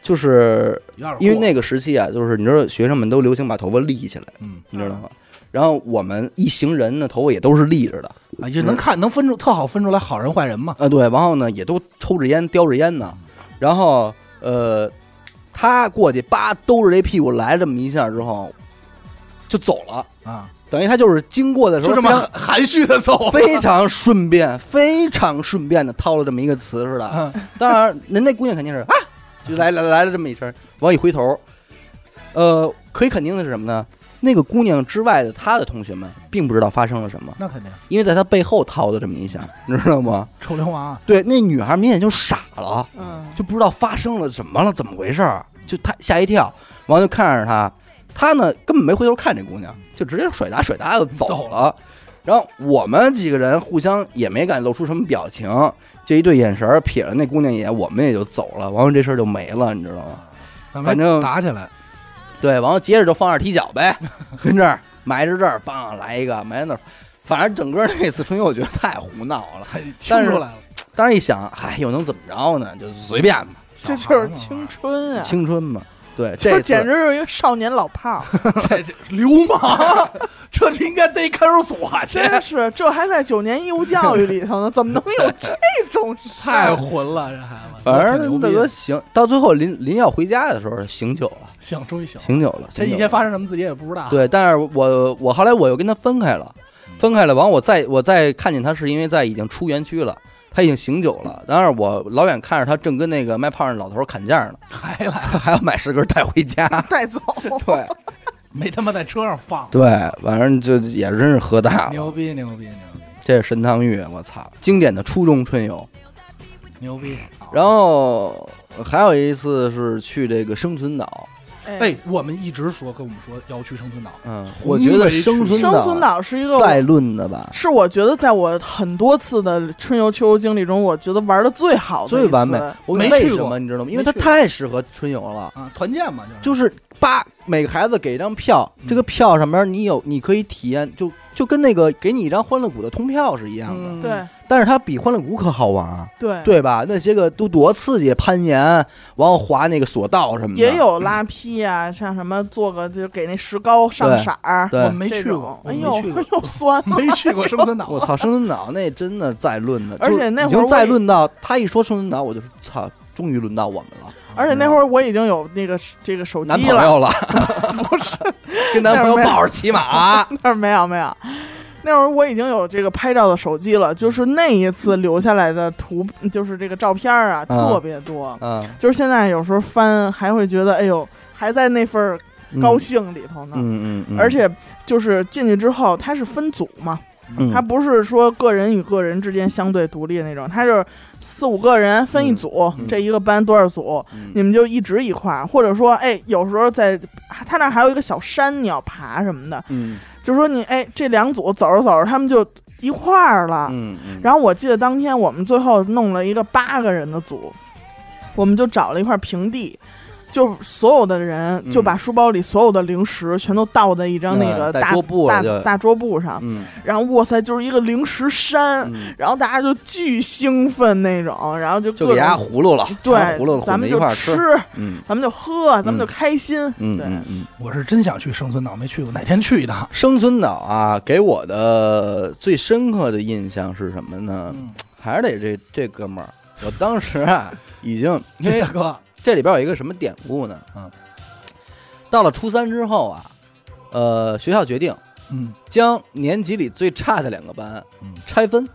D: 就是
B: 有点儿
D: 因为
B: 过
D: 那个时期啊，就是你知道学生们都流行把头发立起来，
B: 嗯
D: 你知道吗？然后我们一行人呢，头发也都是立着的
B: 啊，也能看能分出特好分出来好人坏人嘛。
D: 啊，对，然后呢也都抽着烟、叼着烟呢，然后呃，他过去叭兜着这屁股来这么一下之后，就走了，
B: 啊，
D: 等于他就是经过的时
B: 就
D: 候
B: 这么
D: 非常
B: 含含蓄的走，
D: 非常顺便、非常顺便的掏了这么一个词似的。
B: 嗯
D: 当然，人那姑娘肯定是啊，就来来来了这么一声，往一回头，呃，可以肯定的是什么呢？那个姑娘之外的她的同学们并不知道发生了什么，
B: 那肯定
D: 因为在她背后掏的这么一 下，你知道吗？
B: 臭流氓啊，
D: 对，那女孩明显就傻了，
A: 嗯，
D: 就不知道发生了什么了，怎么回事儿，就她吓一跳，完了就看着她，她呢根本没回头看这姑娘，就直接甩打甩打就走
B: 走
D: 了。然后我们几个人互相也没敢露出什么表情，就一对眼神儿瞥了那姑娘一眼，我们也就走了。完了这事儿就没了，你知道 吗？
B: 咱
D: 反
B: 们
D: 正
B: 打起来，
D: 对，完了接着就放二踢脚 呗，跟这儿埋着这儿，梆来一个埋在那儿，反正整个那次春游我觉得太胡闹了。
B: 哎听
D: 但是
B: 出来了，
D: 当时一想，嗨，又能怎么着呢？就随便吧，
A: 这
B: 小孩
A: 就
B: 儿
A: 是
B: 嘛
A: 青春啊，
D: 青春嘛。对，
A: 这
D: 这
A: 简
D: 次
A: 直就是一个少年老 炮儿，
B: 这这流氓， 这是应该逮看守所去，
A: 真是这还在九年义务教育里 头呢，怎么能有这种事儿
B: 太混了，这孩子，
D: 反
B: 挺牛
D: 正
B: 逼
D: 大哥醒，到最后临临要回家的时候醒酒了，
B: 醒，终于醒了，
D: 醒酒了。
B: 这一
D: 醒酒
B: 天
D: 了
B: 发生什么自己也不知道，，
D: 对，但是我我后来我又跟他分开了，
B: 嗯
D: 分开了。完，我再我再看见他是因为在已经出园区了，他已经醒酒了。当然，我老远看着他正跟那个卖胖的老头砍价呢，
B: 还来
D: 还要买十根带回 家。
A: 带 走？
D: 对
B: 没他妈在车上放，
D: 对，反正就也真是喝大了。
B: 牛逼牛逼牛逼
D: 这是神汤浴，我操，经典的初中春游。
B: 牛逼，
D: 然后还有一次是去这个生存岛，
B: 哎，，我们一直说跟我们说要去生存岛，
D: 嗯，
B: 从
D: 我觉
B: 没
D: 得
B: 去
D: 生存
A: 生存岛是一个
D: 再论的吧，
A: 是我觉得在我很多次的春游秋游经历中，我觉得玩的最好的
D: 最完美
A: 一次。嗯
D: 我
B: 没
D: 为
B: 去
D: 什
B: 过
D: 么你知道吗？因
B: 没
D: 为它
B: 去过
D: 太适合春游了，
B: 啊，团建嘛，就是
D: 就是叭，每个孩子给一张票，
B: 嗯
D: 这个票上面你有，你可以体验，就就跟那个给你一张欢乐谷的通票是一样的，
B: 嗯
A: 对
D: 但是它比欢乐谷可好玩儿，
A: 对，
D: 对吧？那些个都多刺激，攀岩，然后滑那个索道什么的，
A: 也有拉坯啊，像什么做个就给那石膏上
D: 对
A: 色儿，
D: 对
B: 我。没
A: 这
B: 去
A: 种
B: 过，我
A: 哎
B: 没
A: 呦
B: 去过
A: 又 酸。
B: 没去过生存岛，
D: 我操，生存岛那真的再论的，
A: 而且
D: 就是
A: 那
D: 已
A: 会儿
D: 经
A: 我
D: 再
A: 也
D: 论到他一说生存岛，我就操，终于轮到我们了，
A: 而且那会儿我已经有那个这个手
D: 男
A: 机
D: 朋
A: 了，
D: 友了，
A: 不是
D: 跟男朋
A: 那会
D: 友
A: 儿没有
D: 抱着骑马，啊
A: 那儿 没有没有，那会儿我已经有这个拍照的手机了，就是那一次留下来的图，就是这个照片儿啊，
D: 嗯
A: 特别多。
D: 嗯，
A: 就是现在有时候翻还会觉得，哎呦，还在那份儿高兴里头呢。
D: 嗯嗯嗯，
A: 而且就是进去之后，它是分组嘛，
D: 嗯
A: 它不是说个人与个人之间相对独立那种，它就是四五个人分一组，
D: 嗯嗯
A: 这一个班多少组，
D: 嗯
A: 你们就一直一块儿，或者说，哎，有时候在它那儿还有一个小山，你要爬什么的，
D: 嗯
A: 就说你哎，这两组走着走着，他们就一块儿了。
D: 嗯嗯，
A: 啊然后我记得当天我们最后弄了一个八个人的组，我们就找了一块平地，就所有的人
D: 嗯
A: 就把书包里所有的零食全都倒在一张那个
D: 嗯带
A: 大、
D: 桌布了
A: 大
D: 就
A: 大桌布上，
D: 嗯
A: 然后哇塞，就是一个零食山，
D: 嗯，
A: 然后大家就巨兴奋那种，然后就
D: 就
A: 各
D: 给大家
A: 种
D: 葫芦了，拿葫
A: 对，
D: 芦混
A: 咱
D: 在
A: 们
D: 一
A: 就
D: 块儿
A: 吃，，
D: 嗯
A: 咱们就喝，咱们就
D: 嗯
A: 开心，
D: 嗯
A: 对。
D: 嗯嗯。
B: 我是真想去生存岛，没去过，哪天去一 趟？
D: 生存岛啊，给我的最深刻的印象是什么呢？
B: 嗯，
D: 还是得这这哥们儿，我当时啊已经因
B: 这
D: 为
B: 大哥，
D: 这里边有一个什么典故呢？啊
B: 嗯，
D: 到了初三之后啊，呃，学校决定
B: 嗯
D: 将年级里最差的两个班
B: 嗯
D: 拆分，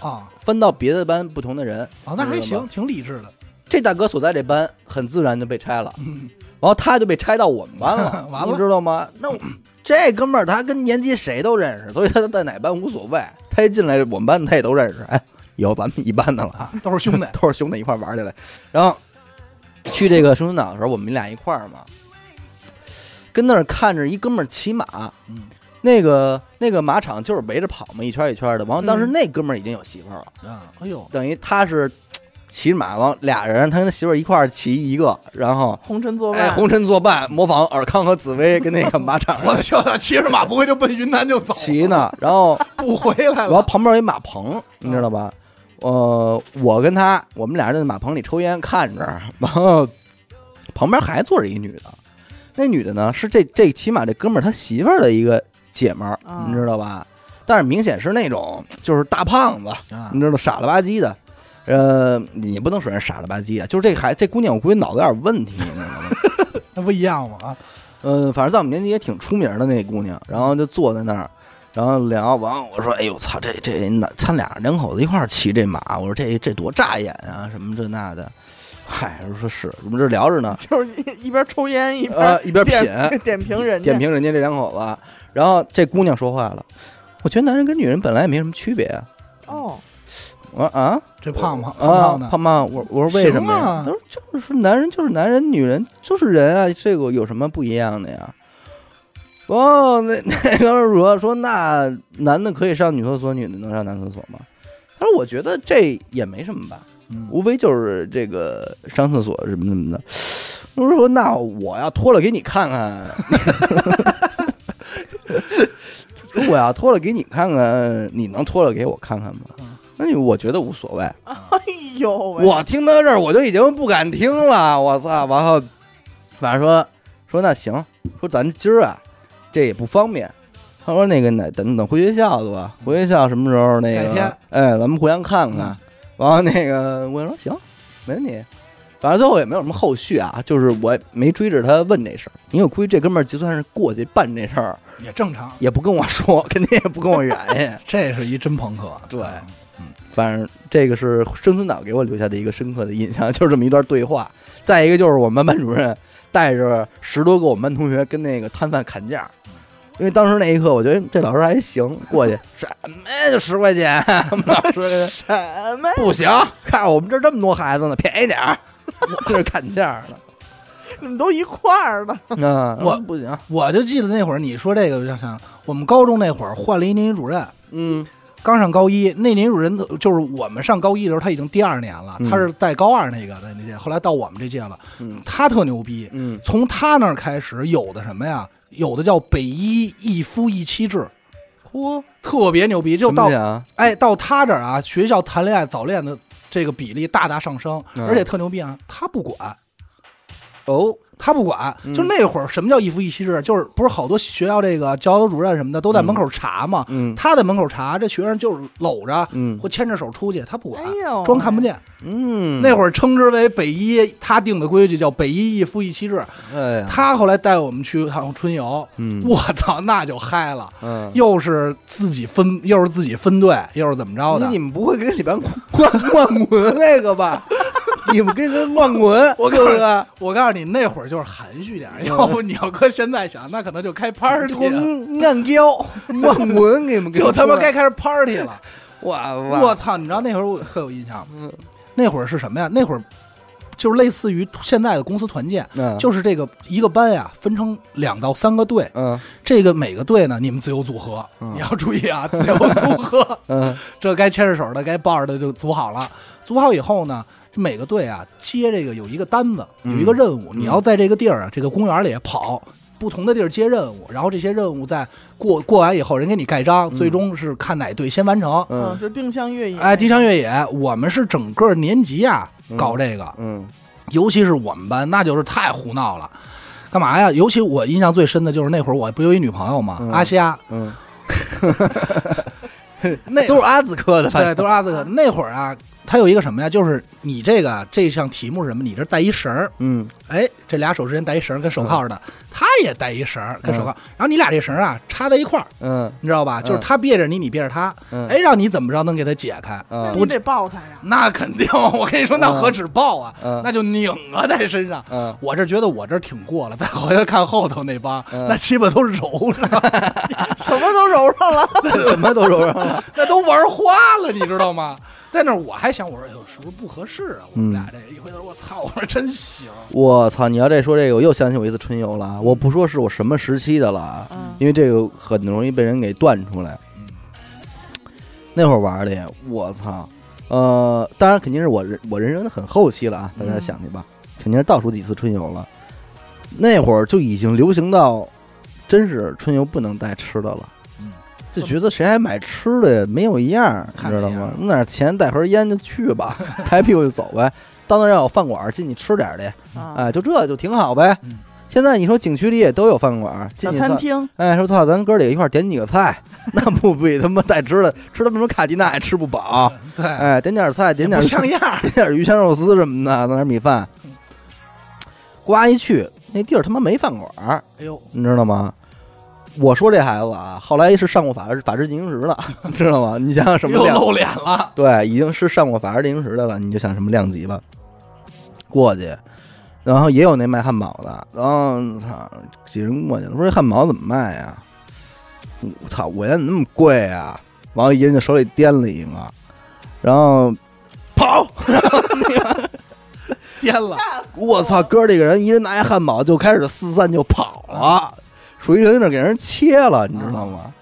B: 啊
D: 分到别的班不同的人。
B: 啊，那还
D: 知道
B: 行，。
D: 吗
B: 挺理智的。
D: 这大哥所在这班很自然就被拆了，
B: 嗯，，
D: 然后他就被拆到我们班了
B: 完了
D: 你知道吗？那 我这哥们儿他跟年级谁都认识，所以他在哪班无所谓，他一进来我们班他也都认识，哎，以后咱们一班的了，，
B: 都是兄弟
D: 都是兄弟一块儿玩起来。然后去这个生存岛的时候，我们俩一块儿嘛，跟那儿看着一哥们儿骑马，
B: 嗯
D: 那个那个马场就是围着跑嘛，一圈一圈的。完了，当时
A: 嗯
D: 那哥们儿已经有媳妇儿了，
B: 啊，哎呦，
D: 等于他是骑着马，完俩人他跟他媳妇儿一块儿骑一个，然后。
A: 红尘作
D: 哎，
A: 伴，
D: 红尘作伴，模仿尔康和紫薇跟那个马 场
B: 我的天哪，骑着马不会就奔云南 就走，
D: 骑呢，然后
B: 不回来
D: 然后
B: 了？嗯
D: 旁边有一马棚，你知道吧？ 呃，我跟他，我们俩人在马棚里抽烟看着，然后旁边还坐着一女的，那女的呢是这这起码这哥们儿他媳妇儿的一个姐们儿，
A: 啊
D: 你知道吧？但是明显是那种就是大胖子，
B: 啊
D: 你知道傻了吧唧的。呃，你不能说人傻了吧唧啊，就是这孩这姑娘，我估计脑子有点问题，你知道吗？
B: 那不一样吗？啊，
D: 嗯，反正在我们年级也挺出名的那姑娘，然后就坐在那儿，然后聊完，我说：“哎呦，操，这这那他俩两口子一块儿骑这马，我说这这多扎眼啊，什么这那的。”嗨，我说是，我们这聊着呢，
A: 就是一一边抽烟一边、
D: 呃，一边品
A: 点点评人家，
D: 点评人家这两口子，然后这姑娘说话了，我觉得男人跟女人本来也没什么区别啊。
A: 哦，
D: 我说啊，
B: 这胖不胖胖不
D: 啊
B: 胖，的，
D: 胖胖，我我说为什么
B: 行
D: 呀
B: 啊？
D: 他说就是男人就是男人，女人就是人啊，这个有什么不一样的呀？哦，那 那哥们儿说说那男的可以上女厕所，女的能上男厕所吗？他说我觉得这也没什么吧，
B: 嗯
D: 无非就是这个上厕所什么什么的。我说那我要脱了给你看看， 说我要脱了给你看看，你能脱了给我看看吗？
B: 嗯
D: 那你我觉得无所谓。
A: 哎呦喂，
D: 我听到这儿我就已经不敢听了，我操！完后，晚上说说那行，说咱今儿啊，这也不方便。他说那个那等等回学校去吧，回学校什么时候那
B: 改
D: 个
B: 天嗯
D: 哎，咱们互相看看。完后那个我说行，没问题。反正最后也没有什么后续啊，就是我也没追着他问这事儿，因为我估计这哥们儿就算是过去办这事儿，
B: 也正常。
D: 也不跟我说， 肯定也不跟我圆呀。
B: 这是一真朋克，
D: 对
B: 嗯
D: 反正这个是生死岛给我留下的一个深刻的印象，就是这么一段对话。再一个就是我们班主任带着十多个我们班同学跟那个摊贩砍价，因为当时那一刻我觉得这老师还行，过 去什么呀就十块钱，我们老师跟
A: 什么呀？
D: 不行，看着我们这儿这么多孩子呢，便宜点 儿，我这砍价呢，
A: 你们都一块儿的，
D: 啊，
B: 我
D: 不行，
B: 我就记得那会儿你说这个，我就想我们高中那会儿换了一年级主任，
D: 嗯
B: 刚上高一，那年级主任就是我们上高一的时候，他已经第二年了，
D: 嗯
B: 他是带高二那个的那届，后来到我们这届了，
D: 嗯
B: 他特牛逼。
D: 嗯，
B: 从他那儿开始，有的什么呀？有的叫北一一夫一妻制，嚯、特别牛逼！就到
D: 啊，
B: 哎，到他这儿啊，学校谈恋爱早恋的这个比例大大上升，
D: 嗯
B: 而且特牛逼啊，他不管，
D: 哦，
B: 他不管。
D: 嗯
B: 就那会儿，什么叫一夫一妻制？就是不是好多学校这个教导主任什么的都在门口查嘛？
D: 嗯
B: 他在门口查，这学生就是搂着
D: 嗯
B: 或牵着手出去，他不管
A: 哎，呦，
B: 装看不。见。
D: 嗯，
B: 那
D: 儿，
B: 会儿称之为北一，他定的规矩叫北一一夫一妻制。
D: 哎呀，
B: 他后来带我们去趟春游，
D: 嗯，
B: 我操，那就嗨了。
D: 嗯，
B: 又是自己分，又是自己分队，又是怎么着的？
D: 那你们不会跟里边灌灌滚那个 吧？你们跟跟灌滚，
B: 我
D: 对不
B: 告诉
D: 对？
B: 我告诉你，那会儿就是含蓄点儿，
D: 嗯
B: 要不你要搁现在想，那可能就开 party 了，
D: 我暗胶灌滚，嗯给你们
B: 就他妈该开始 party 了。
D: 我
B: 我操！你知道那会儿我特有印象，
D: 嗯
B: 那会儿是什么呀？那会儿就是类似于现在的公司团建，
D: 我
B: 就是这个一个班呀，分成两到三个队，
D: 嗯
B: 这个每个队呢，你们自由组合，
D: 嗯
B: 你要注意啊，自由组合。
D: 嗯
B: 这该牵着手的，该抱着的就组好了。组好以后呢，每个队啊接这个有一个单子，有
D: 嗯
B: 一个任务，
D: 嗯
B: 你要在这个地儿啊，这个公园里跑，不同的地儿接任务，然后这些任务在过过完以后，人给你盖章，
D: 嗯
B: 最终是看哪队先完成。
A: 嗯，
D: 嗯
A: 就定向越野，
B: 哎，丁香越野，我们是整个年级啊
D: 嗯
B: 搞这个，
D: 嗯
B: 尤其是我们班，那就是太胡闹了。干嘛呀？尤其我印象最深的就是那会儿，我不有一女朋友嘛，
D: 嗯
B: 阿虾，
D: 嗯，
B: 那
D: 都是阿兹克的， 反
B: 对，
D: 正
B: 都是阿兹克。那会儿啊，他有一个什么呀？就是你这个这项题目是什么？你这带一绳儿，
D: 嗯
B: 哎，这俩手之间带一绳儿，跟手铐似的。他也带一绳儿，跟手铐。然后你俩这绳儿啊插在一块儿，
D: 嗯
B: 你知道吧？就是
D: 嗯
B: 他憋着你，你憋着他。
D: 嗯，
B: 哎，让你怎么着能给他解开？
A: 那
D: 嗯
A: 你得抱他呀。
B: 那肯定， 我跟你说，那
D: 嗯
B: 何止抱啊，
D: 嗯
B: 那就拧啊在身上。
D: 嗯
B: 我这觉得我这挺过了，再回来看后头那帮，
D: 嗯
B: 那基本都是揉着，
A: 什么都揉上了，
D: 什么都揉上了，
B: 那都玩花了，你知道吗？ 在那儿我还想，我说哎呦，是不是不合适啊？我们俩这一回头，我操，我说真行，
D: 我操！你要再说这个，我又想起我一次春游了啊。我不说是我什么时期的了啊，
A: 嗯
D: 因为这个很容易被人给断出来。那会儿玩的，我操！呃，当然肯定是我人我人生的很后期了啊，大家想去吧，肯定是倒数几次春游了。那会儿就已经流行到，真是春游不能带吃的了
B: 嗯。
D: 就觉得谁还买吃的呀？没有一样儿，你
B: 看
D: 知
B: 这
D: 道
B: 样
D: 吗
B: 儿？
D: 弄点钱带盒烟就去吧，抬屁股就走呗。到那儿要有饭馆儿进去吃点儿去，
A: 啊，
D: 哎，就这就挺好呗
B: 嗯。
D: 现在你说景区里也都有饭馆儿，进
A: 小
D: 去
A: 餐
D: 算
A: 厅
D: 哎，说操，咱哥几个一块儿点几个菜， 那不比他妈带吃的吃他妈什么卡迪娜也吃不饱。
B: 对，
D: 哎，点点菜，点点
B: 不像样儿。
D: 点点鱼香肉丝什么的，弄点米饭。呱一去，那地儿他妈没饭馆儿，
B: 哎 呦，
D: 你知道吗？我说这孩子啊，后来是上过法法制进行时的， 知道吗？你想想什么
B: 又
D: 量？
B: 露脸 了，
D: 对，已经是上过法制进行时的了，你就想什么量级吧。过去，然后也有那卖汉堡的，然后操，几人过去了，说这汉堡怎么卖呀？我操，我家怎么那么贵啊？完了，一人就手里掂了一个，然后 跑，
B: 颠了，
D: 我操，哥几个人一人拿一汉堡就开始四散就跑了，属于有点给人切了，你知道吗？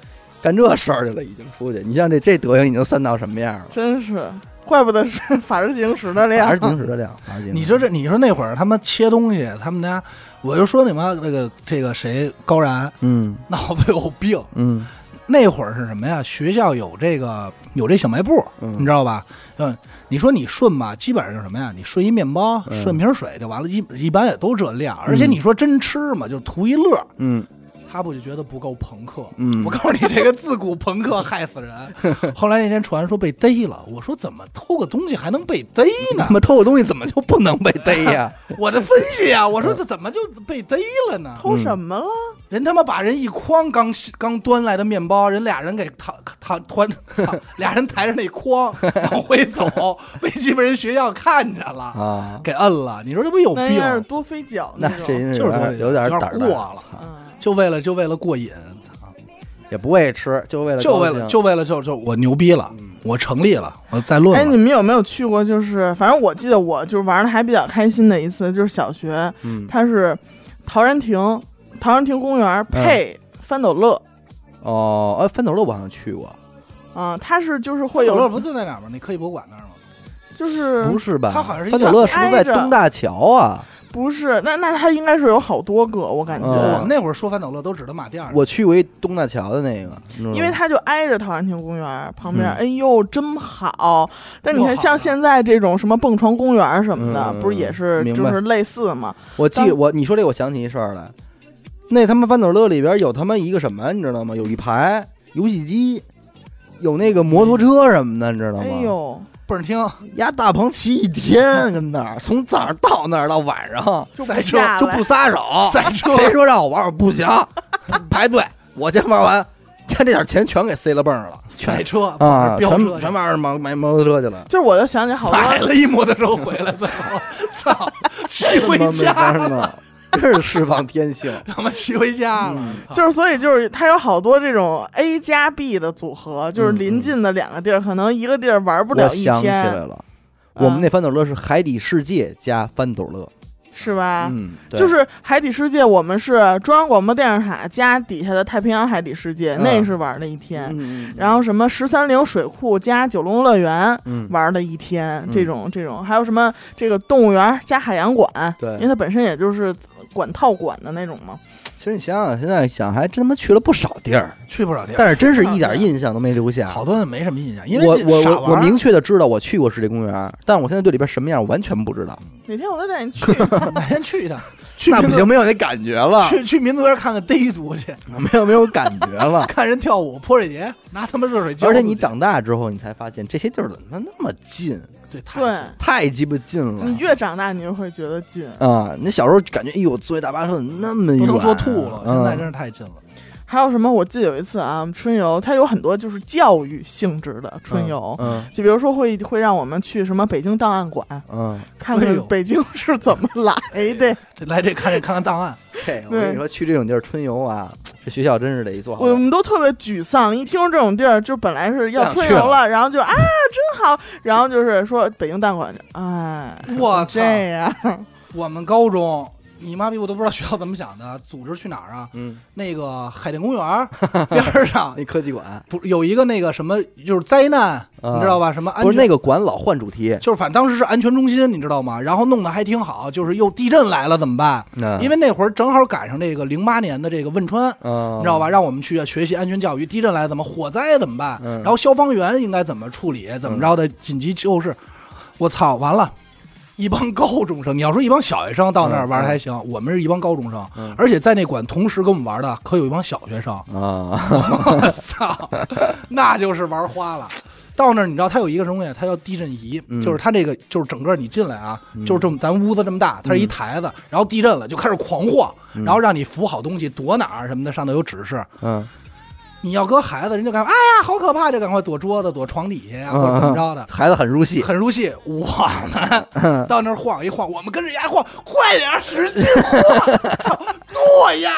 D: 干这事儿去了，已经出去。你像这这德行已经散到什么样了？
A: 真是，怪不得是 法制进行时的
D: 法
A: 量
D: 制。进行时的量，法制 进行时
B: 你说这，你说那会儿他们切东西，他们家，我就说你妈这个这个谁高然
D: 嗯
B: 脑子有病。
D: 嗯
B: 那会儿是什么呀？学校有这个有这小卖部，
D: 嗯
B: 你知道吧？嗯，你说你顺吧，基本上就是什么呀？你顺一面包，
D: 嗯
B: 顺瓶水就完了，一一般也都这量。而且你说真吃嘛，就图一乐，
D: 嗯
B: 他不就觉得不够朋克？
D: 嗯
B: 我告诉你，这个自古朋克害死人。 后来那天传说被逮了，我说怎么偷个东西还能被逮呢
D: 他？妈偷个东西怎么就不能被逮呀？
B: 我的分析啊，我说这怎么就被逮了呢？
D: 嗯
A: 偷什么了？
B: 人他妈把人一筐刚刚端来的面包，人俩人给扛扛团，操俩人抬着那筐往回走，被基本人学校看见了，
D: 啊，
B: 给摁了。你说这不有
A: 那应
B: 病？
A: 该是多飞脚
D: 那
A: 种。
D: 这人
B: 就是
D: 有点有点啊
B: 点
D: 胆儿
B: 过
D: 大，
B: 了，
A: 嗯，
B: 就为了就为了过瘾，操
D: 也不为吃，就为了
B: 就为
D: 高兴
B: 了就为了就就我牛逼了，我成立了，我再论
A: 哎，你
B: 了。
A: 们有没有去过？就是反正我记得我就是玩的还比较开心的一次，就是小学，
D: 嗯
A: 它是陶然亭，陶然亭公园配翻斗乐。
D: 哦，哎，翻斗乐我好像去过，
A: 嗯，它是就是会有
B: 乐不就在哪儿吗？那科技博物馆那儿吗？
A: 就是
D: 不是吧？
B: 它好像是一
D: 翻
B: 个
D: 斗乐是不是在
A: 挨着
D: 东大桥啊？
A: 不是，那那它应该是有好多个，我感觉，
D: 嗯
B: 我们那会儿说翻斗乐都指的马甸儿，
D: 我去过一东大桥的那个，你知道吗
A: 因为它就挨着陶然亭公园旁边。
D: 嗯
A: 哎呦，真好！但你
B: 多
A: 看，
B: 好
A: 像
B: 啊
A: 现在这种什么蹦床公园什么的，
D: 嗯
A: 不是也是
D: 明白
A: 就是类似吗？
D: 我记
A: 当
D: 我你说这我想起一事儿来，那他妈翻斗乐里边有他妈一个什么，你知道吗？有一排游戏机，有那个摩托车什么的，你知道
A: 哎
D: 吗？
A: 呦，
B: 倍儿听
D: 压大棚骑一天跟那儿，从早上到那儿到晚上
A: 就不
D: 赛车
A: 下来
D: 就不撒手，
B: 赛车
D: 谁说让我玩我 不行，排队，我先玩完，家这点钱全给塞了泵上了，
B: 赛
D: 全
B: 车
D: 啊，
B: 飙车
D: 全全玩买买摩托车去了。
A: 就是我就想起好多
B: 买了一摩托车回来，最后操，骑 回家了，
D: 呢，真是释放天性。嗯
B: 他妈骑回家了，
D: 啊
B: 操
A: 就是，所以就是它有好多这种 A 加 B 的组合，就是临近的两个地儿，可能一个地儿玩不
D: 嗯我
A: 了一
D: 想起来
A: 天，
D: 了，我
B: 啊
A: 嗯
D: 们那翻斗乐是海底世界加翻斗乐，
A: 是
B: 啊
A: 吧？
D: 嗯，对
A: 就是海底世界，我们是中央广播电视塔加底下的太平洋海底世界，
D: 嗯
A: 那是玩了一天。
D: 嗯嗯嗯
A: 然后什么十三陵水库加九龙乐园
D: 嗯
A: 玩了一天，
D: 嗯
A: 这种这种，还有什么这个动物园加海洋馆，
D: 对
A: 因为它本身也就是管套管的那种嘛。
D: 其实你想想，现在想还真他妈去了不少地儿，
B: 去不了地儿，
D: 但是真是一点印象都没留下。
B: 好多人没什么印象，因为
D: 我
B: 这
D: 我
B: 傻
D: 我
B: 玩
D: 我
B: 儿
D: 明确的知道我去过世界公园，但我现在对里边什么样我完全不知道，
A: 哪天我再带你 去，
B: 哪天去一趟，去
D: 那
B: 民
D: 不
B: 族
D: 行，没有那感觉了，
B: 去去民族园看看傱族去，
D: 没有没有感觉 了。
B: 看人跳舞泼水节，拿他妈热水浇
D: 而
B: 自己，
D: 且你长大之后，你才发现这些地儿怎么那么近，嗯
B: 对太
A: 对
B: 近
D: 太鸡巴近了。
B: 嗯
A: 你越长大，你就会觉得近。
D: 啊，你小时候感觉，哎呦，坐一大巴车怎么那么
B: 都
D: 远，
B: 能坐吐了，现在
D: 嗯
B: 真是太近了，
A: 还有什么？我记得有一次啊，我们春游它有很多就是教育性质的春游，
D: 嗯
A: 就比如说会会让我们去什么北京档案馆，
D: 嗯，
A: 看
B: 哎呦
A: 看北京是怎么
D: 哎
A: 来的。
B: 这来这看这看看档案，
D: 这我跟你说，去这种地儿春游啊，这学校真是得做好
A: 我
D: 了。
A: 们都特别沮丧，一听这种地儿，就本来是要
B: 不想
A: 春
B: 去
A: 游
B: 了
A: 了，然后就啊真好，然后就是说北京档案馆，哎，
B: 我操，
A: 这 样，
B: 我们高中。你妈逼！我都不知道学校怎么想的，组织去哪儿啊？
D: 嗯，
B: 那个海淀公园儿边儿上
D: 那科技馆
B: 不是有一个那个什么，就是灾难，你知道吧？什么安
D: 不
B: 全
D: 是那个馆老换主题，
B: 就是反正当时是安全中心，你知道吗？然后弄得还挺好，就是又地震来了怎么办？因
D: 为
B: 为那会儿正好赶上这个零八年的这个汶川，
D: 嗯，
B: 你知道吧？？让我们去学习安全教育，地震来了怎么火灾怎么办？
D: 嗯
B: 然后消防员应该怎么处理？怎么着的紧急救治？我操，完了！一帮高中生。你要说一帮小学生到那儿玩儿
D: 嗯嗯
B: 还行，我们是一帮高中生
D: 嗯，
B: 而且在那馆同时跟我们玩的可有一帮小学生，
D: 啊，
B: 操，那就是玩花了。到那儿你知道它有一个什么东西，它叫地震仪，
D: 嗯
B: 就是它这个就是整个你进来啊，
D: 嗯
B: 就是这么咱屋子这么大，它是一台子，然后地震了就开始狂晃，
D: 嗯
B: 然后让你扶好东西躲哪儿什么的，上头有指示。
D: 嗯
B: 你要搁孩子，人就赶快哎呀好可怕，就赶快躲桌子、躲床底下呀、或者怎么着的。
D: 嗯孩子很入戏，
B: 很入戏，我
D: 嗯
B: 们到那儿晃一晃，我们跟着丫晃，快点儿使劲晃，操， 跺呀，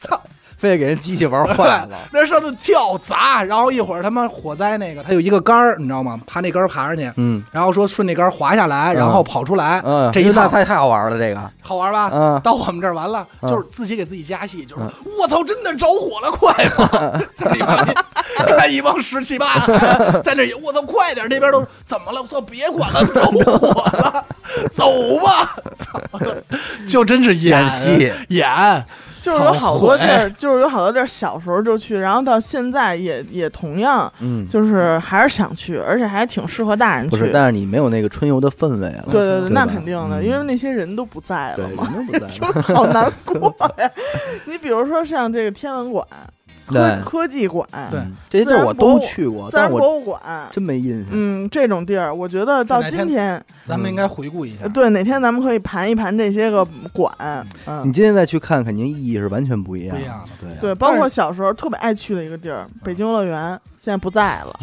B: 操！
D: 非得给人机器玩坏了。
B: 对，那上头跳砸，然后一会儿他妈火灾那个，他有一个杆儿，你知道吗？爬那杆儿爬上去，
D: 嗯
B: 然后说顺那杆儿滑下来，
D: 嗯
B: 然后跑出来，
D: 嗯，
B: 这一
D: 那
B: 套啊
D: 太太好玩了，这个
B: 好玩吧？
D: 嗯
B: 到我们这儿完了，
D: 嗯
B: 就是自己给自己加戏，就是
D: 嗯
B: 我操，真的着火了，快吧！ 就是一帮看一帮十七八的在那儿，我操，快点！那边都怎么了？我操，别管了，着火了，走 吧！操，就真是演
D: 演戏，嗯
B: 演，
A: 就是有好多地儿，就是有好多地儿，小时候就去，然后到现在也也同样，
D: 嗯，
A: 就是还是想去，而且还挺适合大人
D: 不
A: 去。
D: 是，但是你没有那个春游的氛围了。
A: 对对对，
D: 对
A: 那
D: 吧
A: 肯定的，
D: 嗯
A: 因为那些人都不在了
D: 对，
A: 嘛，
D: 人都不在 了。
A: 就是好难过呀。 你比如说像这个天文馆、科
D: 对
A: 科技馆、
B: 对
D: 嗯这些地儿我都去过，
A: 自
D: 但
A: 然
D: 我
A: 博物馆，
D: 真没印象。
A: 嗯，这种地儿，我觉得到
B: 哪
A: 今
B: 天
A: 天，
B: 咱们应该回顾一下
A: 呃。对哪天咱们可以盘一盘这些个馆，嗯
D: 你，今天再去看，肯定意义是完全不一样。
B: 不一样的
D: 对，啊
A: 对，包括小时候特别爱去的一个地儿——北京乐园，现在不在了。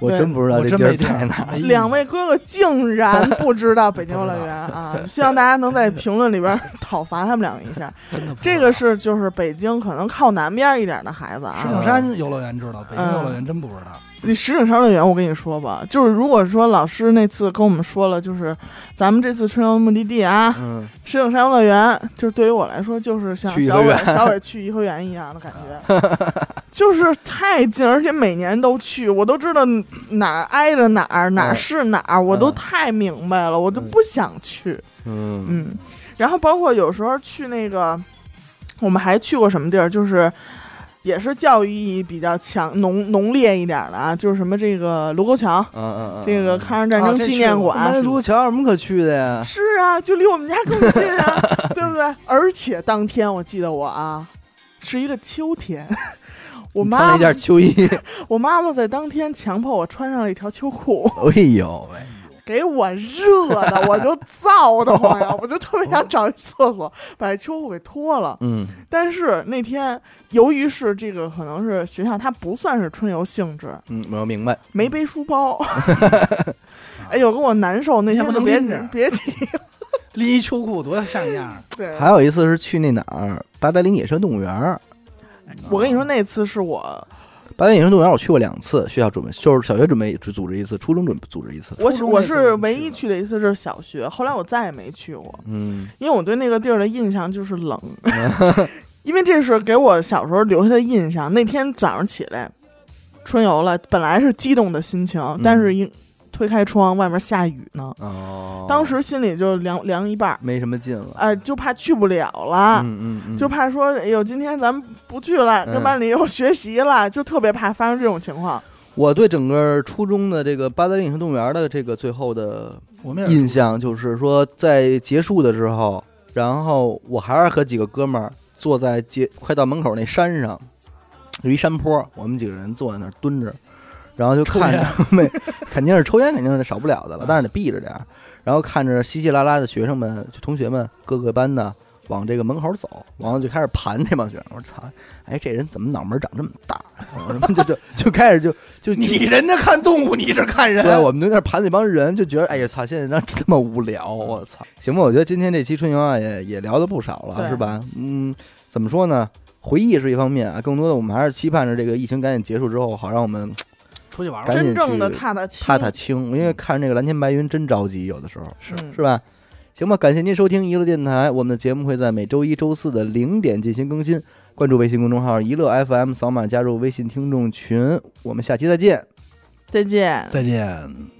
D: 我
A: 对
D: 真不知道
B: 我
D: 这
B: 真
D: 地儿
B: 没劲
D: 在
B: 儿
D: 哪 儿。
B: 没意思
A: 两位哥哥竟然不知道北京游乐园啊！希望大家能在评论里边讨伐他们两个一下。
B: 真的不
A: 这
B: 知
A: 个
B: 道
A: 是就是北京可能靠南边一点的孩子
B: 石
A: 啊，
B: 景山游乐园知道，北京游乐园真不知道。
A: 你石景山乐园，我跟你说吧，就是如果说老师那次跟我们说了，就是咱们这次春游目的地啊，
D: 嗯，
A: 石景山乐园，就是对于我来说，就是像
D: 去颐
A: 小
D: 和
A: 伟
D: 园
A: 小伟去颐和园一样的感觉， 就是太近，而且每年都去，我都知道哪儿挨着哪儿，哪儿
D: 嗯
A: 是哪儿，我都
D: 嗯
A: 太明白了，我就
D: 嗯
A: 不想去。
D: 嗯
A: 嗯，然后包括有时候去那个，我们还去过什么地儿，就是。也是教育意义比较强、浓浓烈一点的啊，就是什么这个卢沟桥，
D: 嗯嗯嗯，
A: 这个
D: 嗯
A: 抗日战
B: 啊
A: 争
B: 这
A: 纪
B: 去
A: 念
B: 过
A: 馆，
D: 那卢桥有什么可去的呀？
A: 是啊，就离我们家更近 啊，对不对？而且当天我记得我啊，是一个秋天， 我
D: 穿了
A: 妈
D: 一件秋衣，
A: 我妈妈在当天强迫我穿上了一条秋裤，
D: 哎呦喂，
A: 给我热的，我就燥的慌呀，我就特别想找一厕所把这秋裤给脱了。
D: 嗯
A: 但是那天由于是这个可能是学校它不算是春游性质，
D: 嗯，我明白，
A: 没背书包。哎呦，给我难受！那
B: 你也
A: 天
B: 不
A: 就
B: 能
A: 别
B: 拎着
A: 别提了。
B: 拎一秋裤多像样儿，
A: 对
D: 还有一次是去那哪儿，八达岭野生动物园儿。
A: 我跟你说，那次是我
D: 八达岭野生动物园儿我去过两次，学校准备就是小学准备组组织一次，初中准备组织一次。
A: 我
B: 初
A: 是
B: 中
A: 我
B: 那次
A: 是
B: 我们
A: 唯
B: 去
A: 一去
B: 了
A: 的一次是小学，后来我再也没去过，
D: 嗯
A: 因为我对那个地儿的印象就是冷，因为这是给我小时候留下的印象。那天早上起来，春游了，本来是激动的心情，但是一推开窗，外面下雨呢，
D: 哦，
A: 当时心里就凉凉一半儿，
D: 没什么劲了。
A: 哎、就怕去不了了。
D: 嗯嗯嗯，
A: 啊就怕说，哎呦，今天咱们不去了，跟
D: 嗯
A: 班里又学习了，就特别怕发生这种情况。
D: 我对整个初中的这个八达岭野生动物园儿的这个最后的
B: 我们也是
D: 印象就是说，在结束的时候，然后我还是和几个哥们儿坐在街快到门口那山上，有一山坡，我们几个人坐在那儿蹲着，然后就
B: 抽
D: 看着
B: 烟，
D: 没，肯定是抽烟，肯定是少不了的了，但是得避着点儿。然后看着稀稀拉拉的学生们、就同学们各个班的往这个门口走，然后就开始盘这帮学生。我说：“操，哎，这人怎么脑门长这么大？” 我说：“就就就开始就就
B: 你人家看动物，你是 看人。
D: 对，我们就在那儿盘那帮人，就觉得哎呀操，现在这真他妈无聊，
A: 嗯
D: 我操！行吧，我觉得今天这期春游啊也也聊的不少了，
A: 对
D: 是吧？嗯，怎么说呢？回忆是一方面啊，更多的我们还是期盼着这个疫情赶紧结束之后，好让我们
B: 出去玩
D: 赶
B: 玩，
A: 真
D: 紧
A: 正的
D: 去
A: 踏踏青，
D: 踏踏青，因为看这个蓝天白云真着急，有的时候
A: 嗯是
D: 是吧？行吧，感谢您收听娱乐电台，我们的节目会在每周一周四的零点进行更新，关注微信公众号“娱乐 FM”，扫码加入微信听众群，我们下期再见。
A: 再见。
B: 再见。